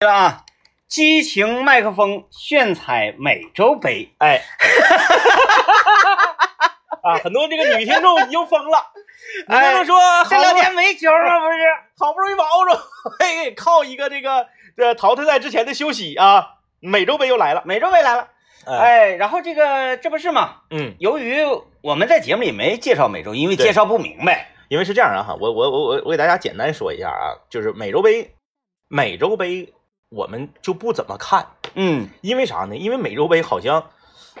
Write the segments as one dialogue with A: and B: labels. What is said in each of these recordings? A: 了啊！激情麦克风炫彩美洲杯，
B: 哎， 啊，很多这个女听众又疯 了，你跟
A: 哎
B: 们，说，
A: 这
B: 好
A: 两
B: 不容易
A: 天没球 了不是？
B: 好不容易把欧洲 杯靠一个这个呃淘汰赛之前的休息啊，美洲杯又来了，
A: 美洲杯来了，
B: 哎，
A: 哎，然后这个这不是嘛？
B: 嗯，
A: 由于我们在节目里没介绍美洲，因为
B: 对
A: 介绍不明白，
B: 因为是这样啊哈，我我我我我给大家简单说一下啊，就是美洲杯，美洲杯我们就不怎么看，
A: 嗯，
B: 因为啥呢？因为美洲杯好像，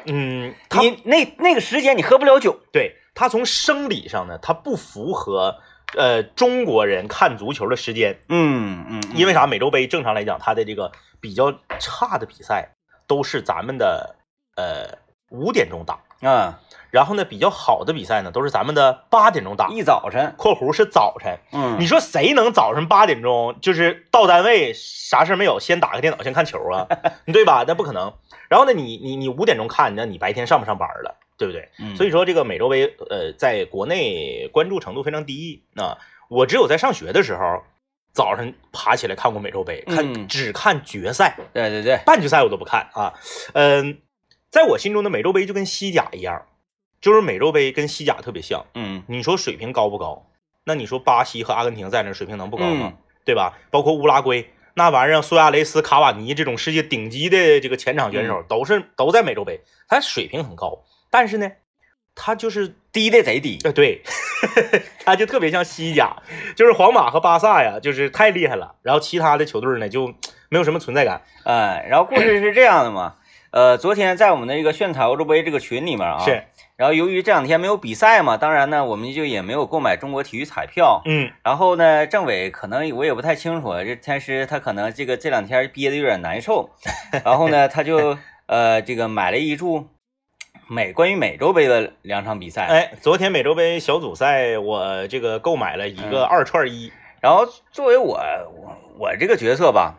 B: 嗯，它
A: 你那那个时间你喝不了酒，
B: 对它从生理上呢，它不符合呃中国人看足球的时间。
A: 嗯嗯，
B: 因为啥？美洲杯正常来讲，它的这个比较差的比赛都是咱们的呃五点钟打，
A: 为啊，
B: 然后呢比较好的比赛呢都是咱们的八点钟打。
A: 一早晨，
B: 括弧是早晨，
A: 嗯，
B: 你说谁能早上八点钟就是到单位啥事儿没有，先打开电脑先看球啊， 对吧？那不可能。然后呢，你你你五点钟看，那你白天上不上班了，对不对？
A: 嗯
B: 所以说这个美洲杯，呃，在国内关注程度非常低。那、我只有在上学的时候，早上爬起来看过美洲杯，看、
A: 嗯
B: 只看决赛，
A: 对对对，
B: 半决赛我都不看啊。嗯，在我心中的美洲杯就跟西甲一样，就是美洲杯跟西甲特别像。
A: 嗯，
B: 你说水平高不高？那你说巴西和阿根廷在那儿水平能不
A: 不
B: 高吗？对吧？包括乌拉圭那玩意儿，苏亚雷斯、卡瓦尼这种世界顶级的这个前场选手，都是都在美洲杯，他水平很高，但是呢，他就是
A: 低的贼低，
B: 呃对， 他就特别像西甲，就是皇马和巴萨呀，就是太厉害了，然后其他的球队呢就没有什么存在感，
A: 哎，然后故事是这样的嘛，呃，昨天在我们的这个炫彩欧洲杯这个群里面啊，
B: 是，
A: 然后由于这两天没有比赛嘛，当然呢，我们就也没有购买中国体育彩票。
B: 嗯
A: 然后呢，政委可能我也不太清楚，啊这天师他可能这个这两天憋得有点难受，然后呢，他就呃这个买了一注美关于美洲杯的两场比赛，
B: 哎，昨天美洲杯小组赛我这个购买了一个二串一，
A: 然后作为我我我这个角色吧，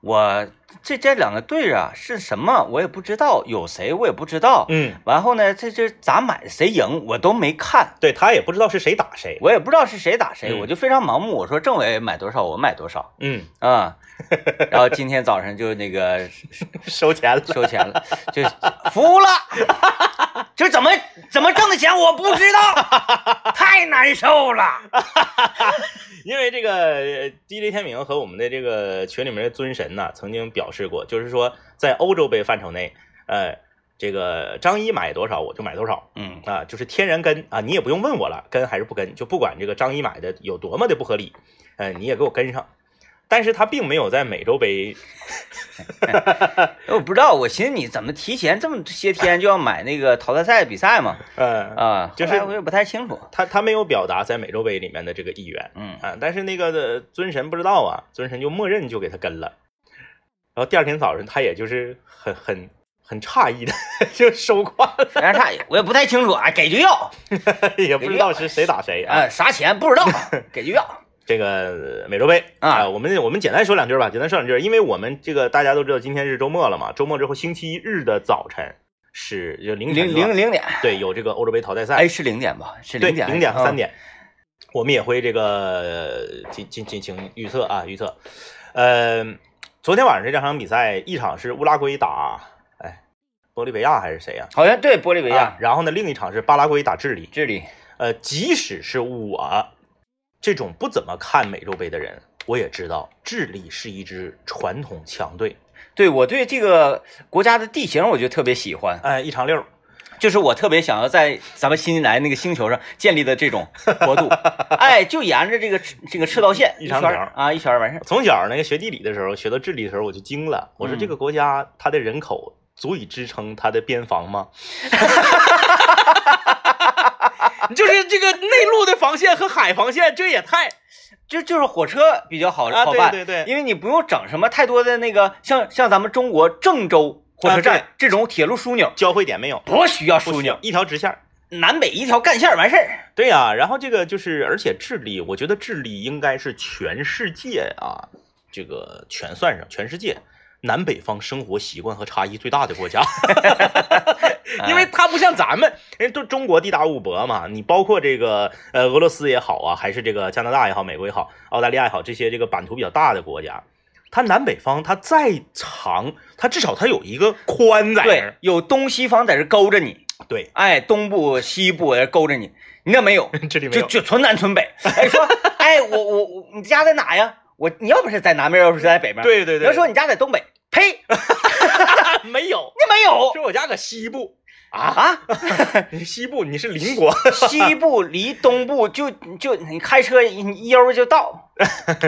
A: 我这这两个队啊是什么我也不知道，有谁我也不知道。
B: 嗯，
A: 然后呢，这这咋买谁赢我都没看，
B: 对他也不知道是谁打谁，
A: 我也不知道是谁打谁，
B: 嗯
A: 我就非常盲目。我说政委买多少我买多少
B: 嗯，
A: 啊、然后今天早上就那个
B: 收钱了，
A: 收钱了，就服了，就怎么怎么挣的钱我不知道，太难受了。
B: 因为这个呃 DJ 天明和我们的这个群里面的尊神呐，曾经表示过，就是说在欧洲杯范畴内，呃，这个张一买多少我就买多少
A: 嗯
B: 啊，就是天然跟啊，你也不用问我了，跟还是不跟，就不管这个张一买的有多么的不合理，呃，你也给我跟上。但是他并没有在美洲杯，
A: 我不知道，我寻思你怎么提前这么些天就要买那个淘汰赛比赛嘛？
B: 呃，
A: 啊，
B: 就是
A: 后来我也不太清楚。
B: 他他没有表达在美洲杯里面的这个意愿，
A: 嗯，
B: 啊，但是那个呃尊神不知道啊，尊神就默认就给他跟了，然后第二天早上他也就是很很很诧异的 就收官了，
A: 反正啥也我也不太清楚，哎，给就要，
B: 也不知道是谁打谁啊。
A: 哎，啥钱不知道，给就要。
B: 这个美洲杯
A: 啊
B: 我们我们简单说两句吧，简单说两句，因为我们这个大家都知道今天是周末了嘛，周末之后星期日的早晨是就凌晨
A: 零
B: 是吧
A: 零零点，
B: 对有这个欧洲杯淘汰赛，
A: 哎，是零点吧？是
B: 对，
A: 零点，
B: 零点和
A: 啊
B: 三。点，我们也会这个进进进行预测啊，预测。呃，昨天晚上这两场比赛，一场是乌拉圭打哎玻利维亚还是谁呀、
A: 好像对玻利维
B: 啊？
A: 亚、
B: 然后呢，另一场是巴拉圭打智利。
A: 智利，
B: 呃，即使是我这种不怎么看美洲杯的人，我也知道智利是一支传统强队。
A: 对我对这个国家的地形我就特别喜欢，
B: 哎，一场六，
A: 就是我特别想要在咱们新西兰那个星球上建立的这种国 度，哎，就沿着这个这个赤道线
B: 一
A: 圈
B: 长
A: 儿
B: 条
A: 啊，一圈儿完事儿。
B: 从小那个学地理的时候，学到智利的时候，我就惊了。我说
A: 嗯
B: 这个国家它的人口足以支撑它的边防吗？ 就是这个内陆的防线和海防线，这也太
A: 就就是火车比较好
B: 啊！
A: 好
B: 对
A: 办，
B: 对对，
A: 因为你不用整什么太多的那个，像像咱们中国郑州火车站、
B: 啊
A: 这种铁路枢纽，
B: 交汇点没有
A: 不需要
B: 不
A: 枢
B: 需要
A: 纽，
B: 一条直线儿。
A: 南北一条干线儿完事儿。
B: 对呀、然后这个就是，而且智利，我觉得智利应该是全世界啊，这个全算上全世界南北方生活习惯和差异最大的国 家。因为它不像咱们，人都中国地大物博嘛，你包括这个呃俄罗斯也好啊，还是这个加拿大也好，美国也好，澳大利亚也好，这些这个版图比较大的国家，它南北方它再长，它至少它有一个宽在那
A: 对
B: 儿，。
A: 有东西方在这勾着你，
B: 对，
A: 哎，东部西部在这勾着你，你那没有，
B: 这里没
A: 就
B: 有。
A: 就纯南纯北。哎，说，哎，我我我，你家在哪呀？我你要不是在南边，要不是在北边。，
B: 对对对，
A: 要说你家在东北，呸，你
B: 没有，
A: 没有
B: 说我家搁西部 啊，
A: 啊。
B: 你西部你是邻国，
A: 西部离东部就就你开车一悠就 到。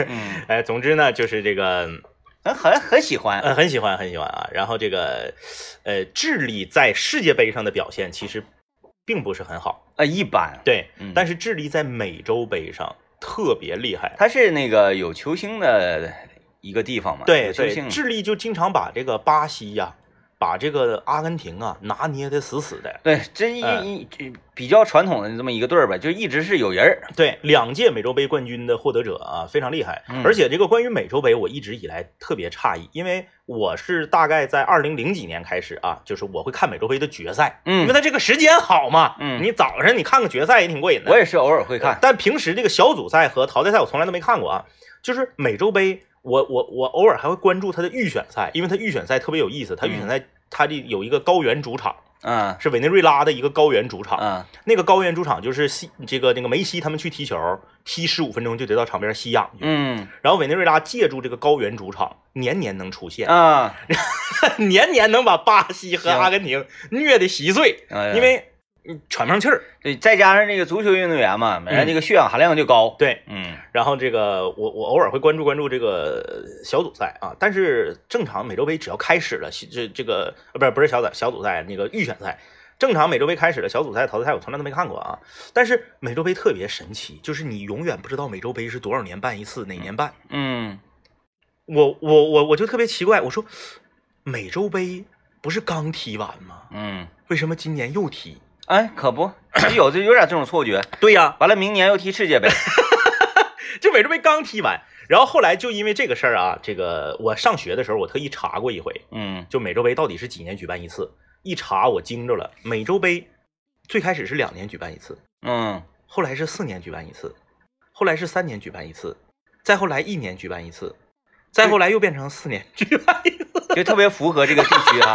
A: 嗯，
B: 哎，总之呢，就是这个，
A: 很很很喜欢。
B: 呃，很喜欢，很喜欢啊。然后这个，呃，智利在世界杯上的表现其实并不是很好，
A: 呃，一般。
B: 对，
A: 嗯
B: 但是智利在美洲杯上特别厉害。
A: 它是那个有球星的一个地方嘛？
B: 对
A: 有球啊
B: 对，
A: 星。
B: 智利就经常把这个巴西呀、把这个阿根廷啊拿捏的死死的。
A: 对，这一
B: 嗯
A: 一这比较传统的这么一个队儿吧，就一直是有人儿。
B: 对，两届美洲杯冠军的获得者啊，非常厉害。
A: 嗯
B: 而且这个关于美洲杯，我一直以来特别诧异，因为我是大概在二零零几年开始啊，就是我会看美洲杯的决赛，因
A: 嗯，
B: 为它这个时间好嘛，
A: 嗯
B: 你早上你看个决赛也挺过瘾的。
A: 我也是偶尔会看。
B: 但平时这个小组赛和淘汰赛我从来都没看过啊。就是美洲杯，我我我偶尔还会关注它的预选赛，因为它预选赛特别有意思。它预选赛它这有一个高原主场，
A: 嗯
B: 是委内瑞拉的一个高原主场。
A: 嗯
B: 那个高原主场就是西这个那个梅西他们去踢球，踢十五分钟就得到场边吸氧去。
A: 嗯
B: 然后委内瑞拉借助这个高原主场，年年能出现，
A: 啊，
B: 年年能把巴西和
A: 行
B: 阿根廷虐得稀碎，
A: 哎呀
B: 因为嗯喘不上气儿。
A: 对，再加上这个足球运动员嘛，本来这个血氧含量就高。
B: 嗯对，
A: 嗯
B: 然后这个我我偶尔会关注关注这个呃小组赛啊，但是正常美洲杯只要开始了，西这这个呃不是不是小组小组赛那个预选赛，正常美洲杯开始了小组赛淘汰赛我从来都没看过啊。但是美洲杯特别神奇，就是你永远不知道美洲杯是多少年办一次，哪年办。
A: 嗯
B: 我我我我就特别奇怪，我说美洲杯不是刚踢完吗？
A: 嗯，
B: 为什么今年又踢？
A: 哎，可不，就有这有点这种错觉。
B: 对呀、
A: 完了，明年又踢世界杯。
B: 就美洲杯刚踢完，然后后来就因为这个事儿啊，这个我上学的时候我特意查过一回。
A: 嗯
B: 就美洲杯到底是几年举办一次？一查我惊着了，美洲杯最开始是两年举办一次，
A: 嗯
B: 后来是四年举办一次，后来是三年举办一次，再后来一年举办一次，再后来又变成四年 举办一次。
A: 就特别符合这个地区啊，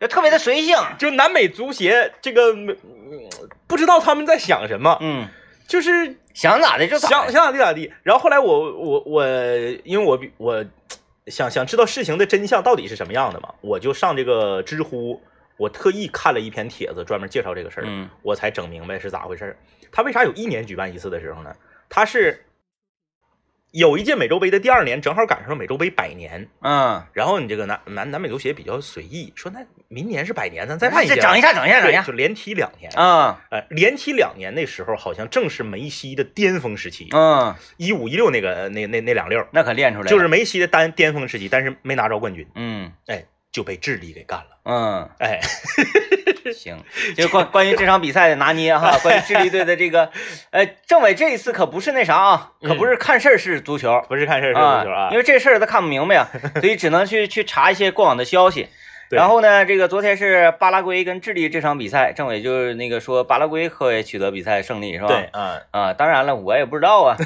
A: 就特别的随性。
B: 就南美足协这个、嗯不知道他们在想什么，
A: 嗯，
B: 就是
A: 想咋的就咋
B: 想
A: 的。
B: 想咋地咋地。然后后来我我我，因为我比我想想知道事情的真相到底是什么样的嘛，我就上这个知乎，我特意看了一篇帖子，专门介绍这个事儿，
A: 嗯
B: 我才整明白是咋回事儿。他为啥有一年举办一次的时候呢？他是有一届美洲杯的第二年，正好赶上了美洲杯百年。
A: 嗯，
B: 然后你这个南南南美足协比较随意，说那明年是百年，咱再办一届
A: 这
B: 吧，
A: 整一下，整一下，整一
B: 对，
A: 下。
B: 就连踢两年。
A: 嗯
B: 呃，连踢两年那时候，好像正是梅西的巅峰时期。
A: 嗯，
B: 一五一六那个那那那两溜儿，
A: 那可练出来了。
B: 就是梅西的单巅峰时期，但是没拿着冠军，
A: 嗯
B: 哎，就被智利给干了，
A: 嗯。
B: 哎，
A: 行，就关关于这场比赛的拿捏哈，关于智利队的这个，呃，政委这一次可不是那啥啊，可
B: 嗯
A: 不是看事儿是足球、
B: 不是看事儿是足球
A: 啊，
B: 啊
A: 因，为这事儿他看不明白呀， 所以只能去去查一些过往的消息。
B: 对
A: 然后呢，这个昨天是巴拉圭跟智利这场比赛，政委就是那个说巴拉圭可以取得比赛胜利是吧？
B: 对，啊，
A: 啊，当然了，我也不知道啊，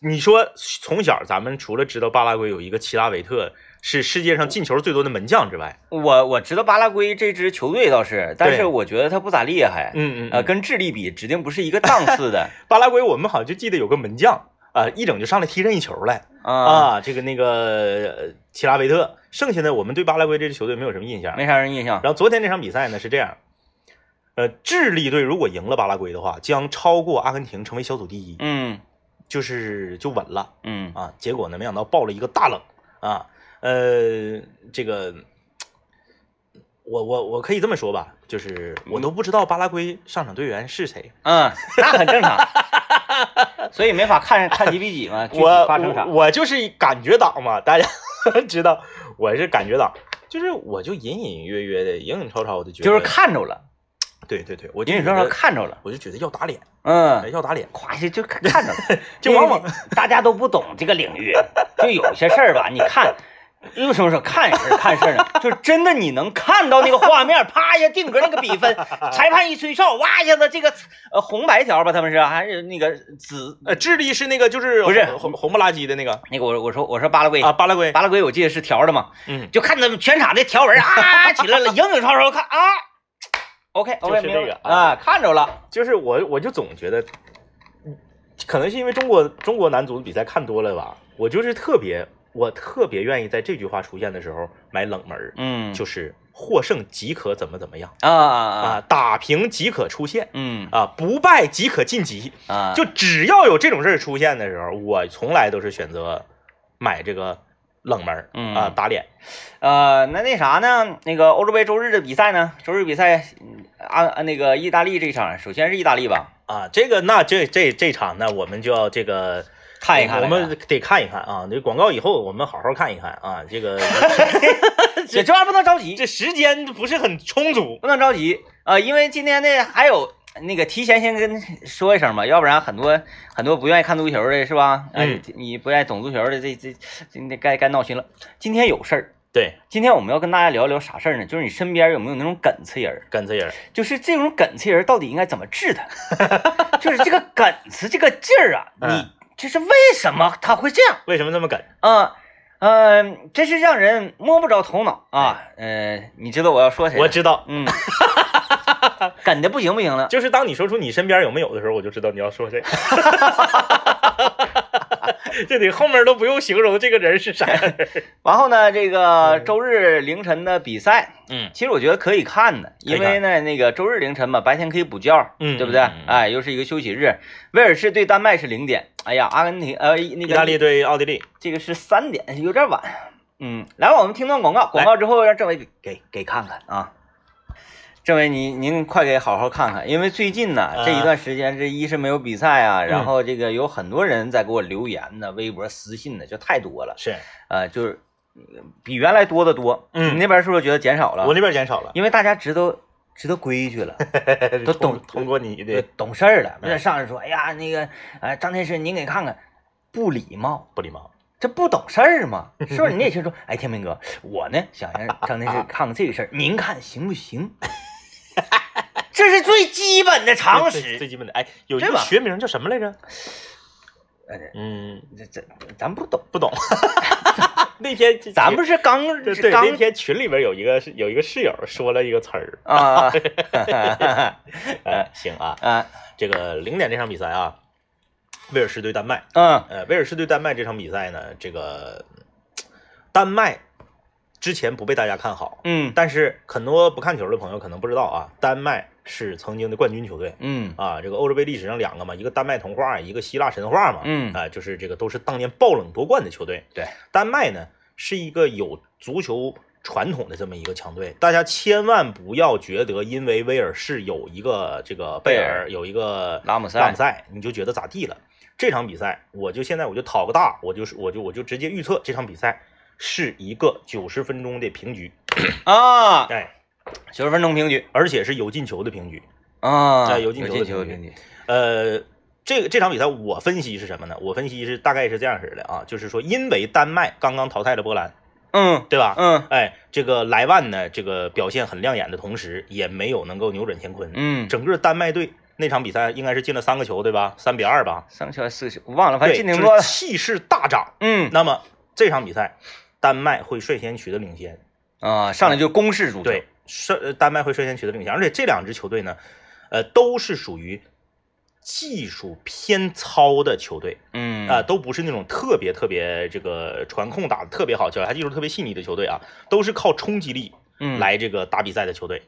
B: 你说从小咱们除了知道巴拉圭有一个齐拉维特是世界上进球最多的门将之外，
A: 我我知道巴拉圭这支球队倒是，但
B: 对
A: 是我觉得他不咋厉害，
B: 嗯嗯，
A: 呃，
B: 呃，
A: 跟智利比指定不是一个档次 的
B: 巴拉圭我们好像就记得有个门将啊，一整就上来踢任意球来
A: 啊，
B: 啊，这个那个呃齐拉维特，剩下的我们对巴拉圭这支球队没有什么印象。
A: 没啥人印象。
B: 然后昨天这场比赛呢是这样，呃，智利队如果赢了巴拉圭的话，将超过阿根廷成为小组第一，
A: 嗯
B: 就是就稳了
A: 嗯
B: 啊。结果呢，没想到爆了一个大冷啊，呃，这个。我我我可以这么说吧，就是我都不知道巴拉圭上场队员是谁，
A: 嗯，那很正 常，所以没法看看几比几嘛，具体
B: 我
A: 发生啥
B: 我？我就是感觉党嘛，大家 知道我是感觉党，就是我就隐隐约约的、影影绰绰的觉得，
A: 就是看着了，
B: 对对对，我就
A: 隐隐
B: 觉
A: 约
B: 得
A: 约，看着了，
B: 我就觉得要打脸，
A: 嗯，
B: 要打脸，
A: 夸就就看着了
B: ，就往往
A: 因为大家都不懂这个领域，就有些事儿吧，你看为什么说看人儿看事儿呢？就是真的你能看到那个画面，啪一下定格那个比分，裁判一吹哨，哇一下子这个呃红白条吧，他们是啊还是那个紫
B: 呃，智利是那个就是
A: 不是
B: 红红红不拉几的那个
A: 那个我我说我说巴拉圭
B: 啊，巴拉圭，
A: 巴拉圭我记得是条的嘛，
B: 嗯，
A: 就看他们全场的条纹啊起来了，影影绰绰看啊，OK
B: 就
A: OK
B: 是
A: 没
B: 这个
A: 有
B: 啊
A: 啊，看着了，
B: 就是我我就总觉得，嗯可能是因为中国中国男足的比赛看多了吧，我就是特别我特别愿意在这句话出现的时候买冷门儿，
A: 嗯就
B: 就是获胜即可怎么怎么样
A: 啊啊啊，
B: 啊，打平即可出线
A: 嗯
B: 啊，不败即可晋级，
A: 啊，
B: 就只要有这种事儿出现的时候，我从来都是选择买这个冷门儿
A: 嗯
B: 啊打脸。
A: 呃，那那啥呢？那个欧洲杯周日的比赛呢？周日比赛，嗯啊啊，那个意大利这一场，首先是意大利吧，
B: 啊，这个那这这这场呢，我们就要这个
A: 看一看
B: 我
A: 来着
B: 们得看一看啊。这广告以后我们好好看一看 啊。这个
A: 这这玩意儿不能着急，
B: 这时间不是很充足，
A: 不能着急啊、呃因为今天呢还有那个提前先跟说一声吧，要不然很多很多不愿意看足球的是吧？哎
B: 嗯
A: 你不愿意懂足球的这这今天该该闹心了。今天有事儿，
B: 对，
A: 今天我们要跟大家聊聊啥事儿呢？就是你身边有没有那种梗刺人儿？
B: 跟这人
A: 就是这种梗刺人儿到底应该怎么治他？就是这个梗刺这个劲儿啊，
B: 嗯
A: 你这是为什么他会这样
B: 为什么这么梗？
A: 啊？嗯、真是让人摸不着头脑啊！呃，你知道我要说谁了？
B: 哎我知道，
A: 嗯，梗的不行不行了，
B: 就是当你说出你身边有没有的时候，我就知道你要说谁。 这得后面都不用形容这个人是啥样的人。
A: 然后呢，这个
B: 嗯
A: 周日凌晨的比赛，
B: 嗯
A: 其实我觉得可以看的，
B: 可以
A: 因
B: 看
A: 为呢，那个周日凌晨嘛，白天可以补觉，
B: 嗯
A: 对不对
B: 嗯嗯？
A: 哎，又是一个休息日，威尔士对丹麦是零点，哎呀，阿根廷呃那
B: 意
A: 个
B: 大利对奥地利，
A: 这个是三点，有点晚。嗯，来吧，我们听段广告，广告之后让政委给给给看看啊。政委，您您快给好好看看，因为最近呢
B: 啊
A: 这一段时间，这一是没有比赛啊，
B: 嗯
A: 然后这个有很多人在给我留言呢，微博私信呢就太多了，
B: 是
A: 呃，就是呃比原来多得多。
B: 嗯
A: 你那边是不是觉得减少了？
B: 我那边减少 了，
A: 因为大家知道知道规矩了，都懂
B: 通通过你
A: 呃
B: 的
A: 懂事儿了，不
B: 嗯
A: 是上来说，哎呀那个，哎张天师您给看看，不礼貌。
B: 不礼貌。
A: 这不懂事儿 吗？是不是？你也听说，哎，天明哥，我呢想让张天师
B: 啊
A: 看看这个事儿，您看行不行？这是最基本的常
B: 最最最
A: 识。
B: 基本的。哎，有一
A: 对
B: 个
A: 吧
B: 学名叫什么来着
A: 呃？
B: 嗯，
A: 这这咱不懂，
B: 不 懂。那天
A: 咱不是刚
B: 对对，
A: 刚
B: 那天群里边有一个是有一个室友说了一个词儿，
A: 啊
B: 呃，行啊，
A: 啊
B: 这个零点这场比赛啊，威尔士对丹麦，
A: 嗯
B: 呃，威尔士对丹麦这场比赛呢，这个丹麦之前不被大家看好，
A: 嗯
B: 但是很多不看球的朋友可能不知道啊，丹麦是曾经的冠军球队，
A: 嗯
B: 啊，这个欧洲杯历史上两个嘛，一个丹麦童话，一个希腊神话嘛，
A: 嗯
B: 啊，就是这个都是当年爆冷夺冠的球队。
A: 对，
B: 丹麦呢是一个有足球传统的这么一个强队，大家千万不要觉得因为威尔士有一个这个贝
A: 贝尔
B: 尔有一个
A: 拉姆塞
B: 拉姆塞，你就觉得咋地了。这场比赛，我就现在我就讨个大，我就是我就我就直接预测这场比赛是一个九十分钟的平局，
A: 啊，
B: 哎，
A: 九十分钟平局
B: 而且是有进球的平局。
A: 啊，
B: 啊有进
A: 进
B: 球
A: 球
B: 的
A: 平局
B: 呃，这个这场比赛我分析是什么呢？我分析是大概是这样式的啊，就是说，因为丹麦刚刚淘汰了波兰，
A: 嗯
B: 对吧？
A: 嗯
B: 哎，这个莱万呢，这个表现很亮眼的同时，也没有能够扭转乾坤。
A: 嗯，
B: 整个丹麦队那场比赛应该是进了三个球，对吧？三比二吧？
A: 三个球还是四个球，我忘了，反
B: 对，
A: 正哎进挺
B: 就是
A: 多的。
B: 气势大涨。
A: 嗯
B: 那么这场比赛，丹麦会率先取得领先。
A: 啊，上来就攻势主球。
B: 对，率呃丹麦会率先取得领先，而且这两支球队呢，呃，都是属于技术偏糙的球队
A: 嗯
B: 啊、都不是那种特别特别这个传控打的特别好球，还技术特别细腻的球队啊，都是靠冲击力
A: 嗯
B: 来这个打比赛的球队。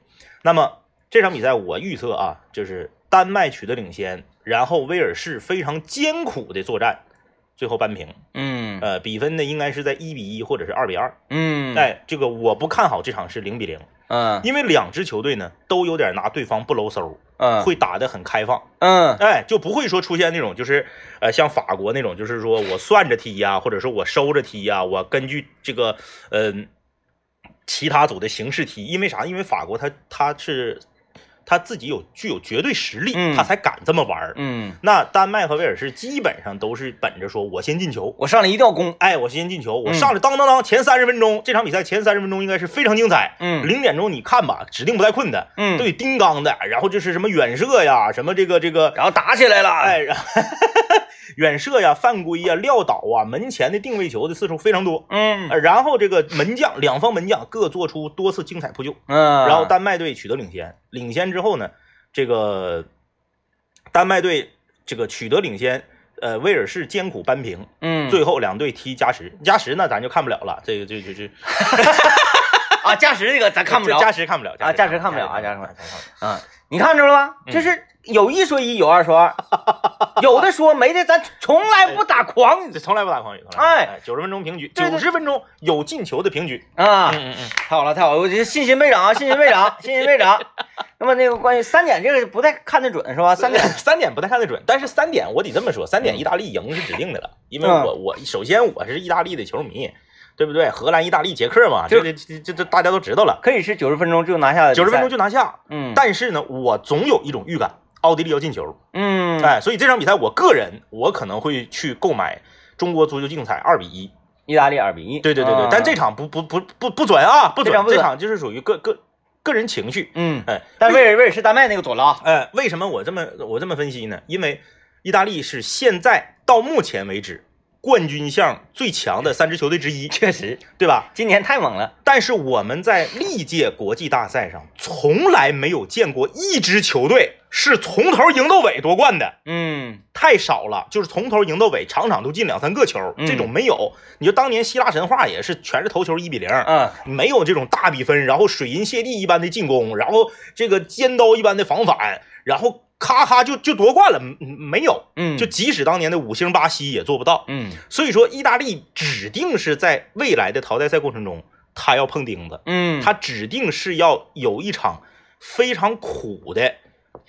B: 那么这场比赛我预测啊，就是丹麦取得领先，然后威尔士非常艰苦的作战，最后扳平，
A: 嗯
B: 呃，比分呢应该是在一比一或者是二比二。
A: 嗯
B: 哎，这个我不看好这场是零比零。
A: 嗯
B: 因为两支球队呢都有点拿对方不搂搜，
A: 嗯
B: 会打得很开放，
A: 嗯
B: 哎，就不会说出现那种就是呃像法国那种，就是说我算着踢呀、或者说我收着踢呀、我根据这个呃嗯、其他组的形势踢，因为啥？因为法国他他是他自己有具有绝对实力，
A: 嗯
B: 他才敢这么玩儿。
A: 嗯，
B: 那丹麦和威尔士基本上都是本着说我先进球，
A: 我上来一定要攻，
B: 哎，我先进球，我
A: 嗯
B: 上来当当当，前三十分钟这场比赛前三十分钟应该是非常精彩。
A: 嗯
B: 零点钟你看吧，指定不带困的，
A: 嗯，
B: 都得叮当的，然后就是什么远射呀，什么这个这个
A: 然后打起来了，
B: 哎，然后 远射呀、犯规呀、撂倒啊、门前的定位球的次数非常多。
A: 嗯
B: 呃然后这个门将，两方门将各做出多次精彩扑救，
A: 嗯，
B: 然后丹麦队取得领先。领先之后呢，这个丹麦队这个取得领先，呃，威尔士艰苦扳平，
A: 嗯
B: 最后两队踢加时。加时呢，咱就看不了了，这个就就就
A: 啊加时这个咱看不着
B: 这，加时看不了哎
A: 啊加时看不了啊加时看不了嗯，你看着了吧？
B: 嗯
A: 这是有一说一，有二说二， 有的说没的，咱从来不打狂
B: 这从来不打狂语，从来不打
A: 哎
B: 哎，九十分钟平局，
A: 对对
B: 九十分钟有进球的平局。
A: 啊！
B: 嗯嗯嗯，
A: 太好了，太好了，我这信心倍 涨啊，信心倍涨，信心倍涨。那么那个关于三点这个不太看得准是吧？三
B: 三
A: 点
B: 点 三点不太看得准，但是三点我得这么说，三
A: 嗯
B: 点意大利赢是指定的了，因为我我首先我是意大利的球迷，对不对？荷兰、意大利、捷克嘛，
A: 就
B: 这这这这这大家都知道了，
A: 可以是九十分钟就拿下，
B: 九十分钟，就拿下。
A: 嗯，
B: 但是呢，我总有一种预感，奥地利要进球，
A: 嗯，
B: 哎，所以这场比赛我个人我可能会去购买中国足球竞彩二比一。
A: 意大利二比一，
B: 对对对对
A: 啊，
B: 但这场不不不不不准啊，不
A: 这
B: 准
A: 场，不
B: 这
A: 准
B: 场就是属于个个个人情绪。
A: 嗯，
B: 哎，
A: 但威尔威尔士丹麦那个准了啊，
B: 呃，为什么我这么我这么分析呢？因为意大利是现在到目前为止冠军项最强的三支球队之一，
A: 确实，
B: 对吧？
A: 今年太猛了，
B: 但是我们在历届国际大赛上从来没有见过一支球队是从头赢到尾夺冠的，
A: 嗯
B: 太少了。就是从头赢到尾，场场都进两三个球，
A: 嗯
B: 这种没有。你就当年希腊神话也是全是头球一比零，
A: 啊，
B: 没有这种大比分，然后水银泻地一般的进攻，然后这个尖刀一般的防反，然后咔咔就就夺冠了，嗯没有。
A: 嗯，
B: 就即使当年的五星巴西也做不到，
A: 嗯
B: 所以说意大利指定是在未来的淘汰赛过程中，他要碰钉子，
A: 嗯，
B: 他指定是要有一场非常苦的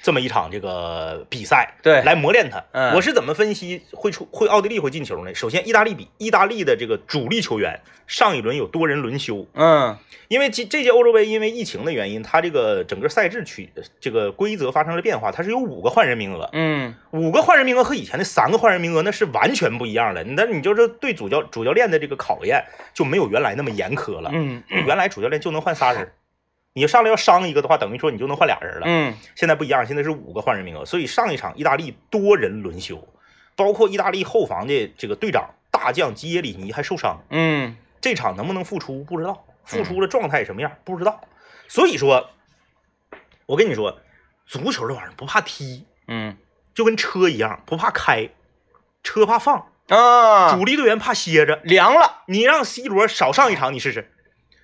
B: 这么一场这个比赛，
A: 对
B: 来磨练他。
A: 嗯
B: 我是怎么分析会出会奥地利会进球呢？首先，意大利比意大利的这个主力球员上一轮有多人轮休，
A: 嗯
B: 因为这这届欧洲杯因为疫情的原因，它这个整个赛制取这个规则发生了变化，它是有五个换人名额，
A: 嗯
B: 五个换人名额和以前的三个换人名额那是完全不一样的。那你就是对主教主教练的这个考验就没有原来那么严苛了。
A: 嗯
B: 原来主教练就能换仨人儿，你上来要伤一个的话，等于说你就能换俩人了。
A: 嗯
B: 现在不一样，现在是五个换人名额，所以上一场意大利多人轮休，包括意大利后防的这个队长大将基耶里尼还受伤。
A: 嗯
B: 这场能不能复出不知道，复出了状态什么样不知道。所以说，我跟你说，足球这玩意儿不怕踢，
A: 嗯
B: 就跟车一样，不怕开，车怕放，
A: 啊，
B: 主力队员怕歇着。
A: 凉了，
B: 你让 C 罗少上一场，你试试，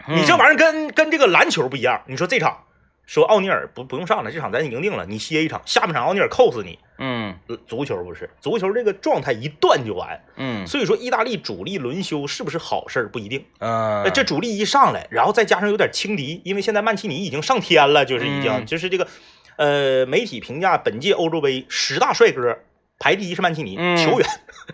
B: 你这
A: 意
B: 玩意儿跟跟这个篮球不一样。你说这场，说奥尼尔不不用上了，这场咱赢定了，你歇一场，下半场奥尼尔扣死你。
A: 嗯
B: 呃足球不是，足球这个状态一断就完。
A: 嗯
B: 所以说，意大利主力轮休是不是好事儿不一定。
A: 嗯
B: 呃，这主力一上来，然后再加上有点轻敌，因为现在曼奇尼已经上天了，就是已经、
A: 嗯
B: 就是这个，呃，媒体评价本届欧洲杯十大帅哥排第一是曼奇尼，
A: 嗯
B: 球员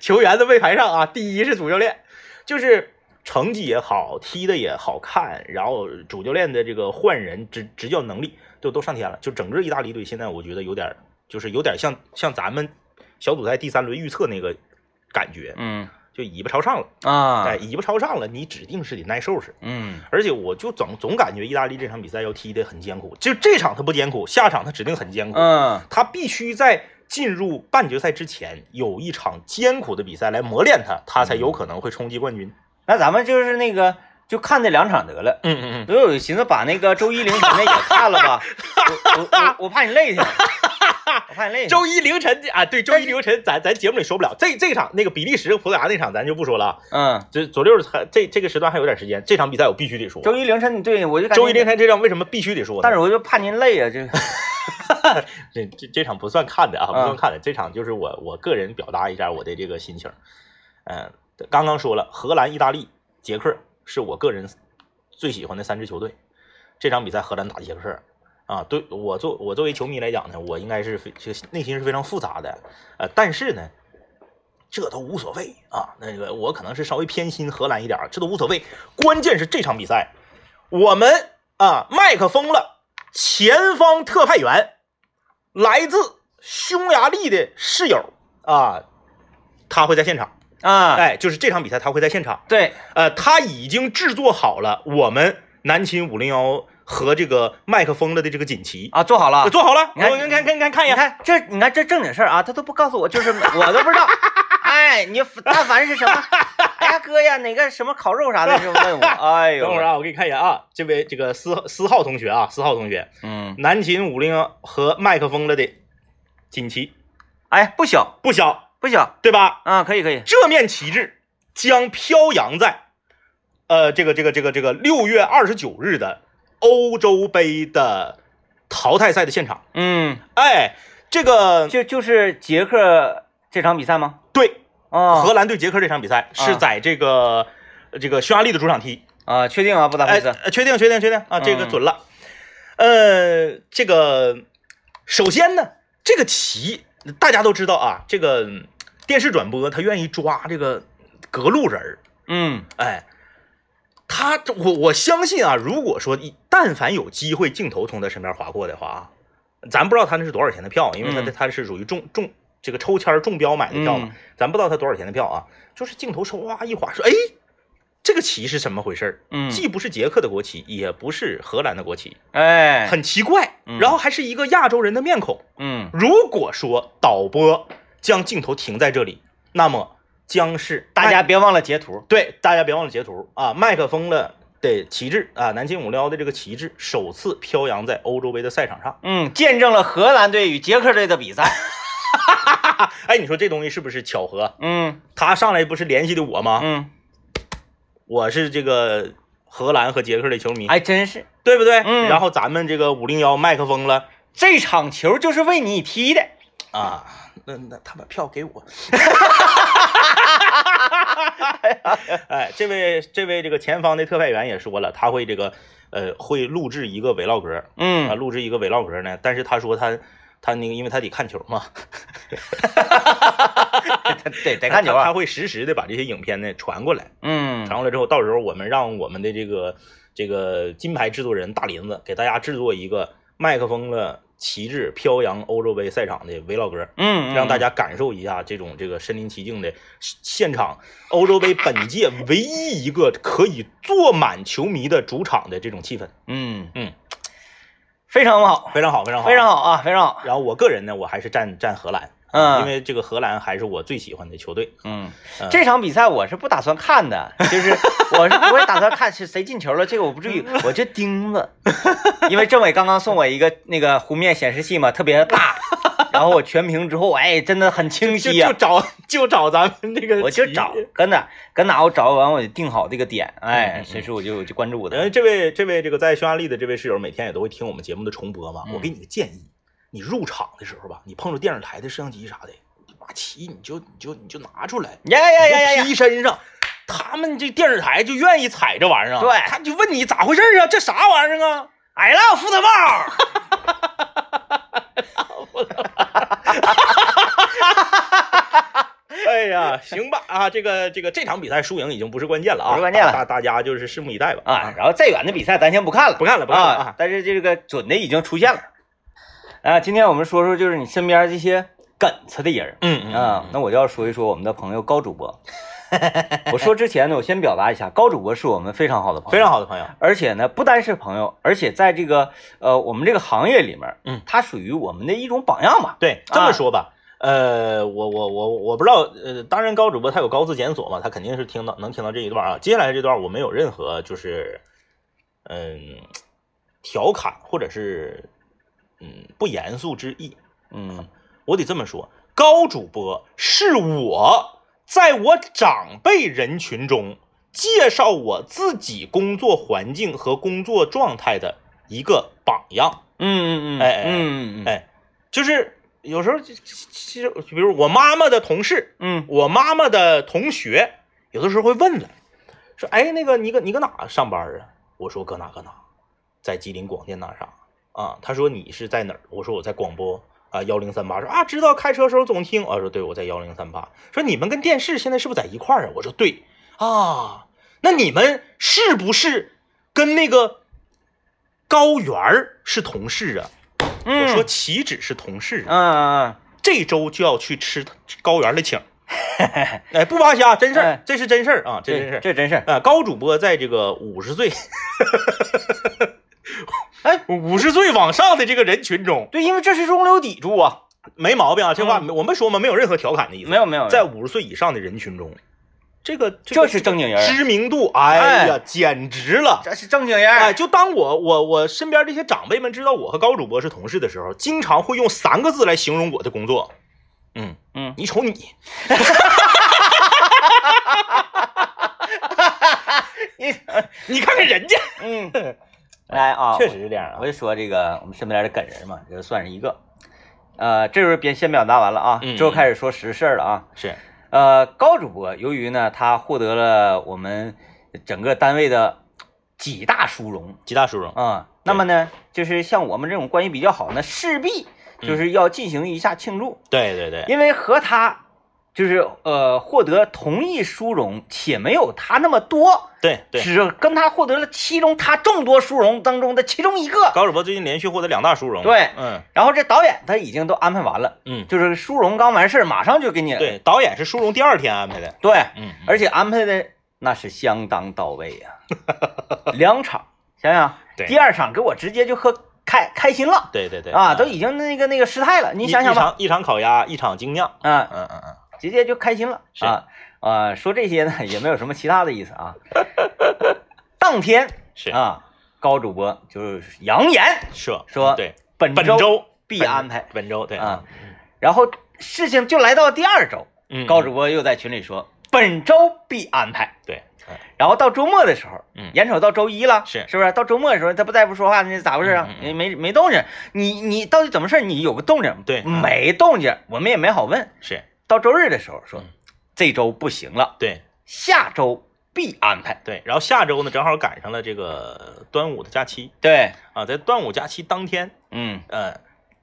B: 球员都没排上啊，第一是主教练，就是成绩也好，踢的也好看，然后主教练的这个换人执执教能力就都上天了，就整个意大利队现在我觉得有点儿就是有点像像咱们小组赛第三轮预测那个感觉，
A: 嗯
B: 就尾巴朝上了。
A: 啊
B: 哎，尾巴朝上了，你指定是得耐受是。
A: 嗯
B: 而且我就总总感觉意大利这场比赛要踢得很艰苦，就这场他不艰苦，下场他指定很艰苦。
A: 嗯
B: 他必须在进入半决赛之前有一场艰苦的比赛来磨练他，他才有可能会冲击冠军。
A: 那咱们就是那个就看这两场得了。
B: 嗯嗯
A: 所以我寻思把那个周一凌晨的也看了吧，我我我我怕你累挺，我怕你累挺。
B: 周一凌晨啊，对，周一凌晨咱咱节目里说不了，这这场那个比利时和葡萄牙那场咱就不说了啊，
A: 嗯，
B: 这左六还这这个时段还有点时间，这场比赛我必须得说。
A: 周一凌晨对我就感觉
B: 周一凌，晨这场为什么必须得说呢？
A: 但是我就怕您累啊，这
B: 这这这场不算看的啊，不
A: 啊
B: 算看的，这场就是我我个人表达一下我的这个心情。嗯、刚刚说了，荷兰、意大利、捷克是我个人最喜欢的三支球队。这场比赛荷兰打捷克啊，对我作我作为球迷来讲呢，我应该是非这内心是非常复杂的。呃，但是呢，这都无所谓啊。那个我可能是稍微偏心荷兰一点儿，这都无所谓。关键是这场比赛，我们啊麦克疯了，前方特派员，来自匈牙利的室友啊，他会在现场。
A: 啊，
B: 哎，就是这场比赛他会在现场。
A: 对，
B: 呃，他已经制作好了我们南秦五零幺和这个麦克风了的这个锦旗，
A: 啊，做好了。哎
B: 做好了。
A: 你看
B: 我看看看看看一
A: 你
B: 眼。
A: 看这，你看这正经事儿啊，他都不告诉我，就是我都不知 道。哎，你但凡是什么，哎呀哥呀，哪个什么烤肉啥的，就问我。哎呦，
B: 等会儿啊，我给你看一眼啊，这位这个思思浩同学啊，思浩同学，
A: 嗯，
B: 南秦五零幺和麦克风了的锦旗
A: 哎，不小
B: 不小，
A: 不小
B: 对吧？
A: 啊，可以可以。
B: 这面旗帜将飘扬在，呃，这个这个这个这个六月二十九日的欧洲杯的淘汰赛的现场。
A: 嗯，
B: 哎，这个
A: 就就是捷克这场比赛吗？
B: 对
A: 啊，
B: 荷兰对捷克这场比赛是在这个、这个匈牙利的主场踢。
A: 啊，确定啊，布达佩
B: 哎，
A: 斯。
B: 呃确定确定确定啊，这个
A: 嗯
B: 准了。呃，这个首先呢，这个旗大家都知道啊，这个嗯电视转播他愿意抓这个隔路人儿。
A: 嗯
B: 哎，他这我我相信啊，如果说一但凡有机会镜头从他身边划过的话啊，咱不知道他那是多少钱的票，因为他、
A: 嗯
B: 他是属于中中这个抽签儿中标买的票嘛，
A: 嗯
B: 咱不知道他多少钱的票啊，就是镜头唰一划说，哎，这个旗是什么回事儿？
A: 嗯，
B: 既不是捷克的国旗，也不是荷兰的国旗，
A: 哎，
B: 很奇怪。
A: 嗯
B: 然后还是一个亚洲人的面孔。
A: 嗯
B: 如果说导播将镜头停在这里，那么将是
A: 大家别忘了截图。
B: 对，大家别忘了截图啊！麦克风了的旗帜啊，南京五撩的这个旗帜首次飘扬在欧洲杯的赛场上。
A: 嗯，见证了荷兰队与捷克队的比赛。
B: 哎，你说这东西是不是巧合？
A: 嗯
B: 他上来不是联系的我吗？
A: 嗯，
B: 我是这个荷兰和捷克的球迷，
A: 还真是
B: 对不对？
A: 哎嗯
B: 然后咱们这个五零幺麦克风了
A: 这场球就是为你踢的。
B: 啊，那那他把票给我。 哎，这位这位这个前方的特派员也说了，他会这个呃会录制一个 vlog，啊，
A: 嗯，
B: 录制一个 vlog 呢，但是他说他他那个，因为他得看球嘛，
A: 得得看球
B: 他他
A: 啊。
B: 会实时的把这些影片呢传过来，
A: 嗯
B: 传过来之后，到时候我们让我们的这个这个金牌制作人大林子给大家制作一个麦克风了旗帜飘扬欧洲杯赛场的 vlog，
A: 嗯，
B: 让大
A: 家
B: 家感受一下这种这个身临其境的现场，欧洲杯本届唯一一个可以坐满球迷的主场的这种气氛，
A: 嗯
B: 嗯，
A: 非常好，
B: 非常好，非常好，
A: 非常好啊，非常好。
B: 然后我个人呢，我还是站站荷兰，
A: 嗯
B: 因为这个荷兰还是我最喜欢的球队。
A: 嗯
B: 嗯，
A: 这场比赛我是不打算看的，就是我是不会打算看是谁进球了，这个我不 至于，我就盯着，因为政委刚刚送我一个那个弧面显示器嘛，特别大，然后我全屏之后，哎，真的很 清
B: 就
A: 晰呀、
B: 就找就找咱们这个，
A: 我就找。搁哪搁哪，我找完我就定好这个点，
B: 嗯嗯呃
A: 哎
B: 嗯，
A: 随时我就我就关注我
B: 然后
A: 的，
B: 这位这位这个在匈牙利的这位室友，每天也都会听我们节目的重播嘛。
A: 嗯
B: 我给你个建议，你入场的时候吧，你碰着电视台的摄像机啥的，你把旗你就你就你就拿出来，
A: 哎呀呀呀呀
B: 你就
A: 呀，
B: 披身上。他们这电视台就愿意踩这玩意儿啊，
A: 对
B: 他就问你咋回事儿啊？这啥玩意儿啊？
A: I love football，
B: 哎呀，行吧啊，这个这个这场比赛输赢已经不是关键了啊，
A: 不是关键了
B: 大大家就是拭目以待吧
A: 啊，然后再远的比赛咱先不看了，
B: 不看了不看了啊
A: 啊，但是这个准的已经出现了，啊，今天我们说说就是你身边这些梗子的人儿。
B: 嗯嗯
A: 啊，那我就要说一说我们的朋友高主播。 我说之前呢，我先表达一下，高主播是我们非常好的朋友，
B: 非常好的朋友，
A: 而且呢，不单是朋友，而且在这个呃我们这个行业里面，
B: 嗯
A: 他属于我们的一种榜样吧。
B: 对，这么说吧，呃，我我我我不知道，呃，当然高主播他有高字检索嘛，他肯定是听到能听到这一段啊。接下来这段我没有任何就是，嗯，调侃或者是嗯不严肃之意，
A: 嗯
B: 我得这么说，高主播是我在我长辈人群中介绍我自己工作环境和工作状态的一个榜样。
A: 嗯嗯嗯，
B: 哎哎
A: 嗯嗯
B: 哎，就是有时候就，其实比如我妈妈的同事，
A: 嗯
B: 我妈妈的同学，有的时候会问了，说：“哎，那个你搁你搁哪上班啊？”我说：“搁哪搁哪，在吉林广电那啥啊。”他说：“你是在哪儿？”我说：“我在广播啊幺零三八。”说：“啊，知道开车时候总听。”啊我说：“对，我在幺零三八。”说：“你们跟电视现在是不是在一块儿啊？”我说：“对啊。”那你们是不是跟那个高原儿是同事啊，
A: 嗯，
B: 我说岂止是同事啊，
A: 嗯，嗯
B: 这周就要去吃高 原的请，哎，不扒瞎，真事儿
A: 哎，
B: 这是真事儿啊，这
A: 这
B: 真事儿。
A: 这真事儿。
B: 啊，高主播在这个五十 岁，哎，五十岁往上的这个人群中，
A: 对，因为这是中流砥柱啊，
B: 没毛病啊，这话
A: 嗯
B: 没我们说嘛，没有任何调侃的意思。
A: 没有没有，没有
B: 在五十岁以上的人群中，这个
A: 这是正经人儿，
B: 知名度，哎呀，简直了！
A: 这是正经人儿，
B: 哎，就当我我我身边这些长辈们知道我和高主播是同事的时候，经常会用三个字来形容我的工作。嗯，
A: 嗯，
B: 你瞅你，
A: 你
B: 你 看 看人家，
A: 嗯，来啊，
B: 确实是这样啊
A: 我。就说这个我们身边的梗人嘛，这就算是一个。呃，这时候别先表达完了啊，
B: 嗯
A: 之后开始说实事儿了啊。
B: 是，
A: 呃，高主播由于呢，他获得了我们整个单位的几大殊荣
B: 吉大叔叔，
A: 啊、那么呢，就是像我们这种关系比较好呢，势必就是要进行一下庆祝，
B: 对对嗯对，
A: 因为和他就是呃获得同一殊荣，且没有他那么多，
B: 对对。
A: 只跟他获得了其中他众多殊荣当中的其中一个。
B: 高主播最近连续获得两大殊荣。
A: 对
B: 嗯
A: 然后这导演他已经都安排完了，
B: 嗯，
A: 就是殊荣刚完事儿，马上就给你
B: 对，导演是殊荣第二天安排的。
A: 对，
B: 嗯，
A: 而且安排的那是相当到位 呀、两场，想想
B: 对
A: 第二场给我直接就喝开开心了
B: 对对对嗯
A: 啊，都已经那个那个失态了，你
B: 一
A: 想想吧，
B: 一场一场烤鸭，一场精酿。
A: 啊，
B: 嗯嗯嗯，
A: 直接就开心了
B: 是
A: 啊啊，说这些呢也 没有什么其他的意思啊。当天
B: 是
A: 啊，高主播就是扬言
B: 是
A: 说
B: 对，
A: 本
B: 本
A: 周
B: 周
A: 必安排，
B: 本周对
A: 啊，然后事情就来到第二周，
B: 嗯，
A: 高主播又在群里说本周必安排。
B: 对，嗯
A: 然后到周末的时候，
B: 嗯
A: 眼瞅到周一了，
B: 是
A: 是不是？到周末的时候，他不再不说话，那咋回事啊
B: 嗯？嗯
A: 没没没动静，你你到底怎么事儿？你有个动静，
B: 对嗯
A: 没动静，我们也没好问。
B: 是
A: 到周日的时候说
B: 嗯，
A: 这周不行了，
B: 对
A: 下周必安排。
B: 对。然后下周呢，正好赶上了这个端午的假期
A: 对，
B: 啊，在端午假期当天，
A: 嗯，
B: 呃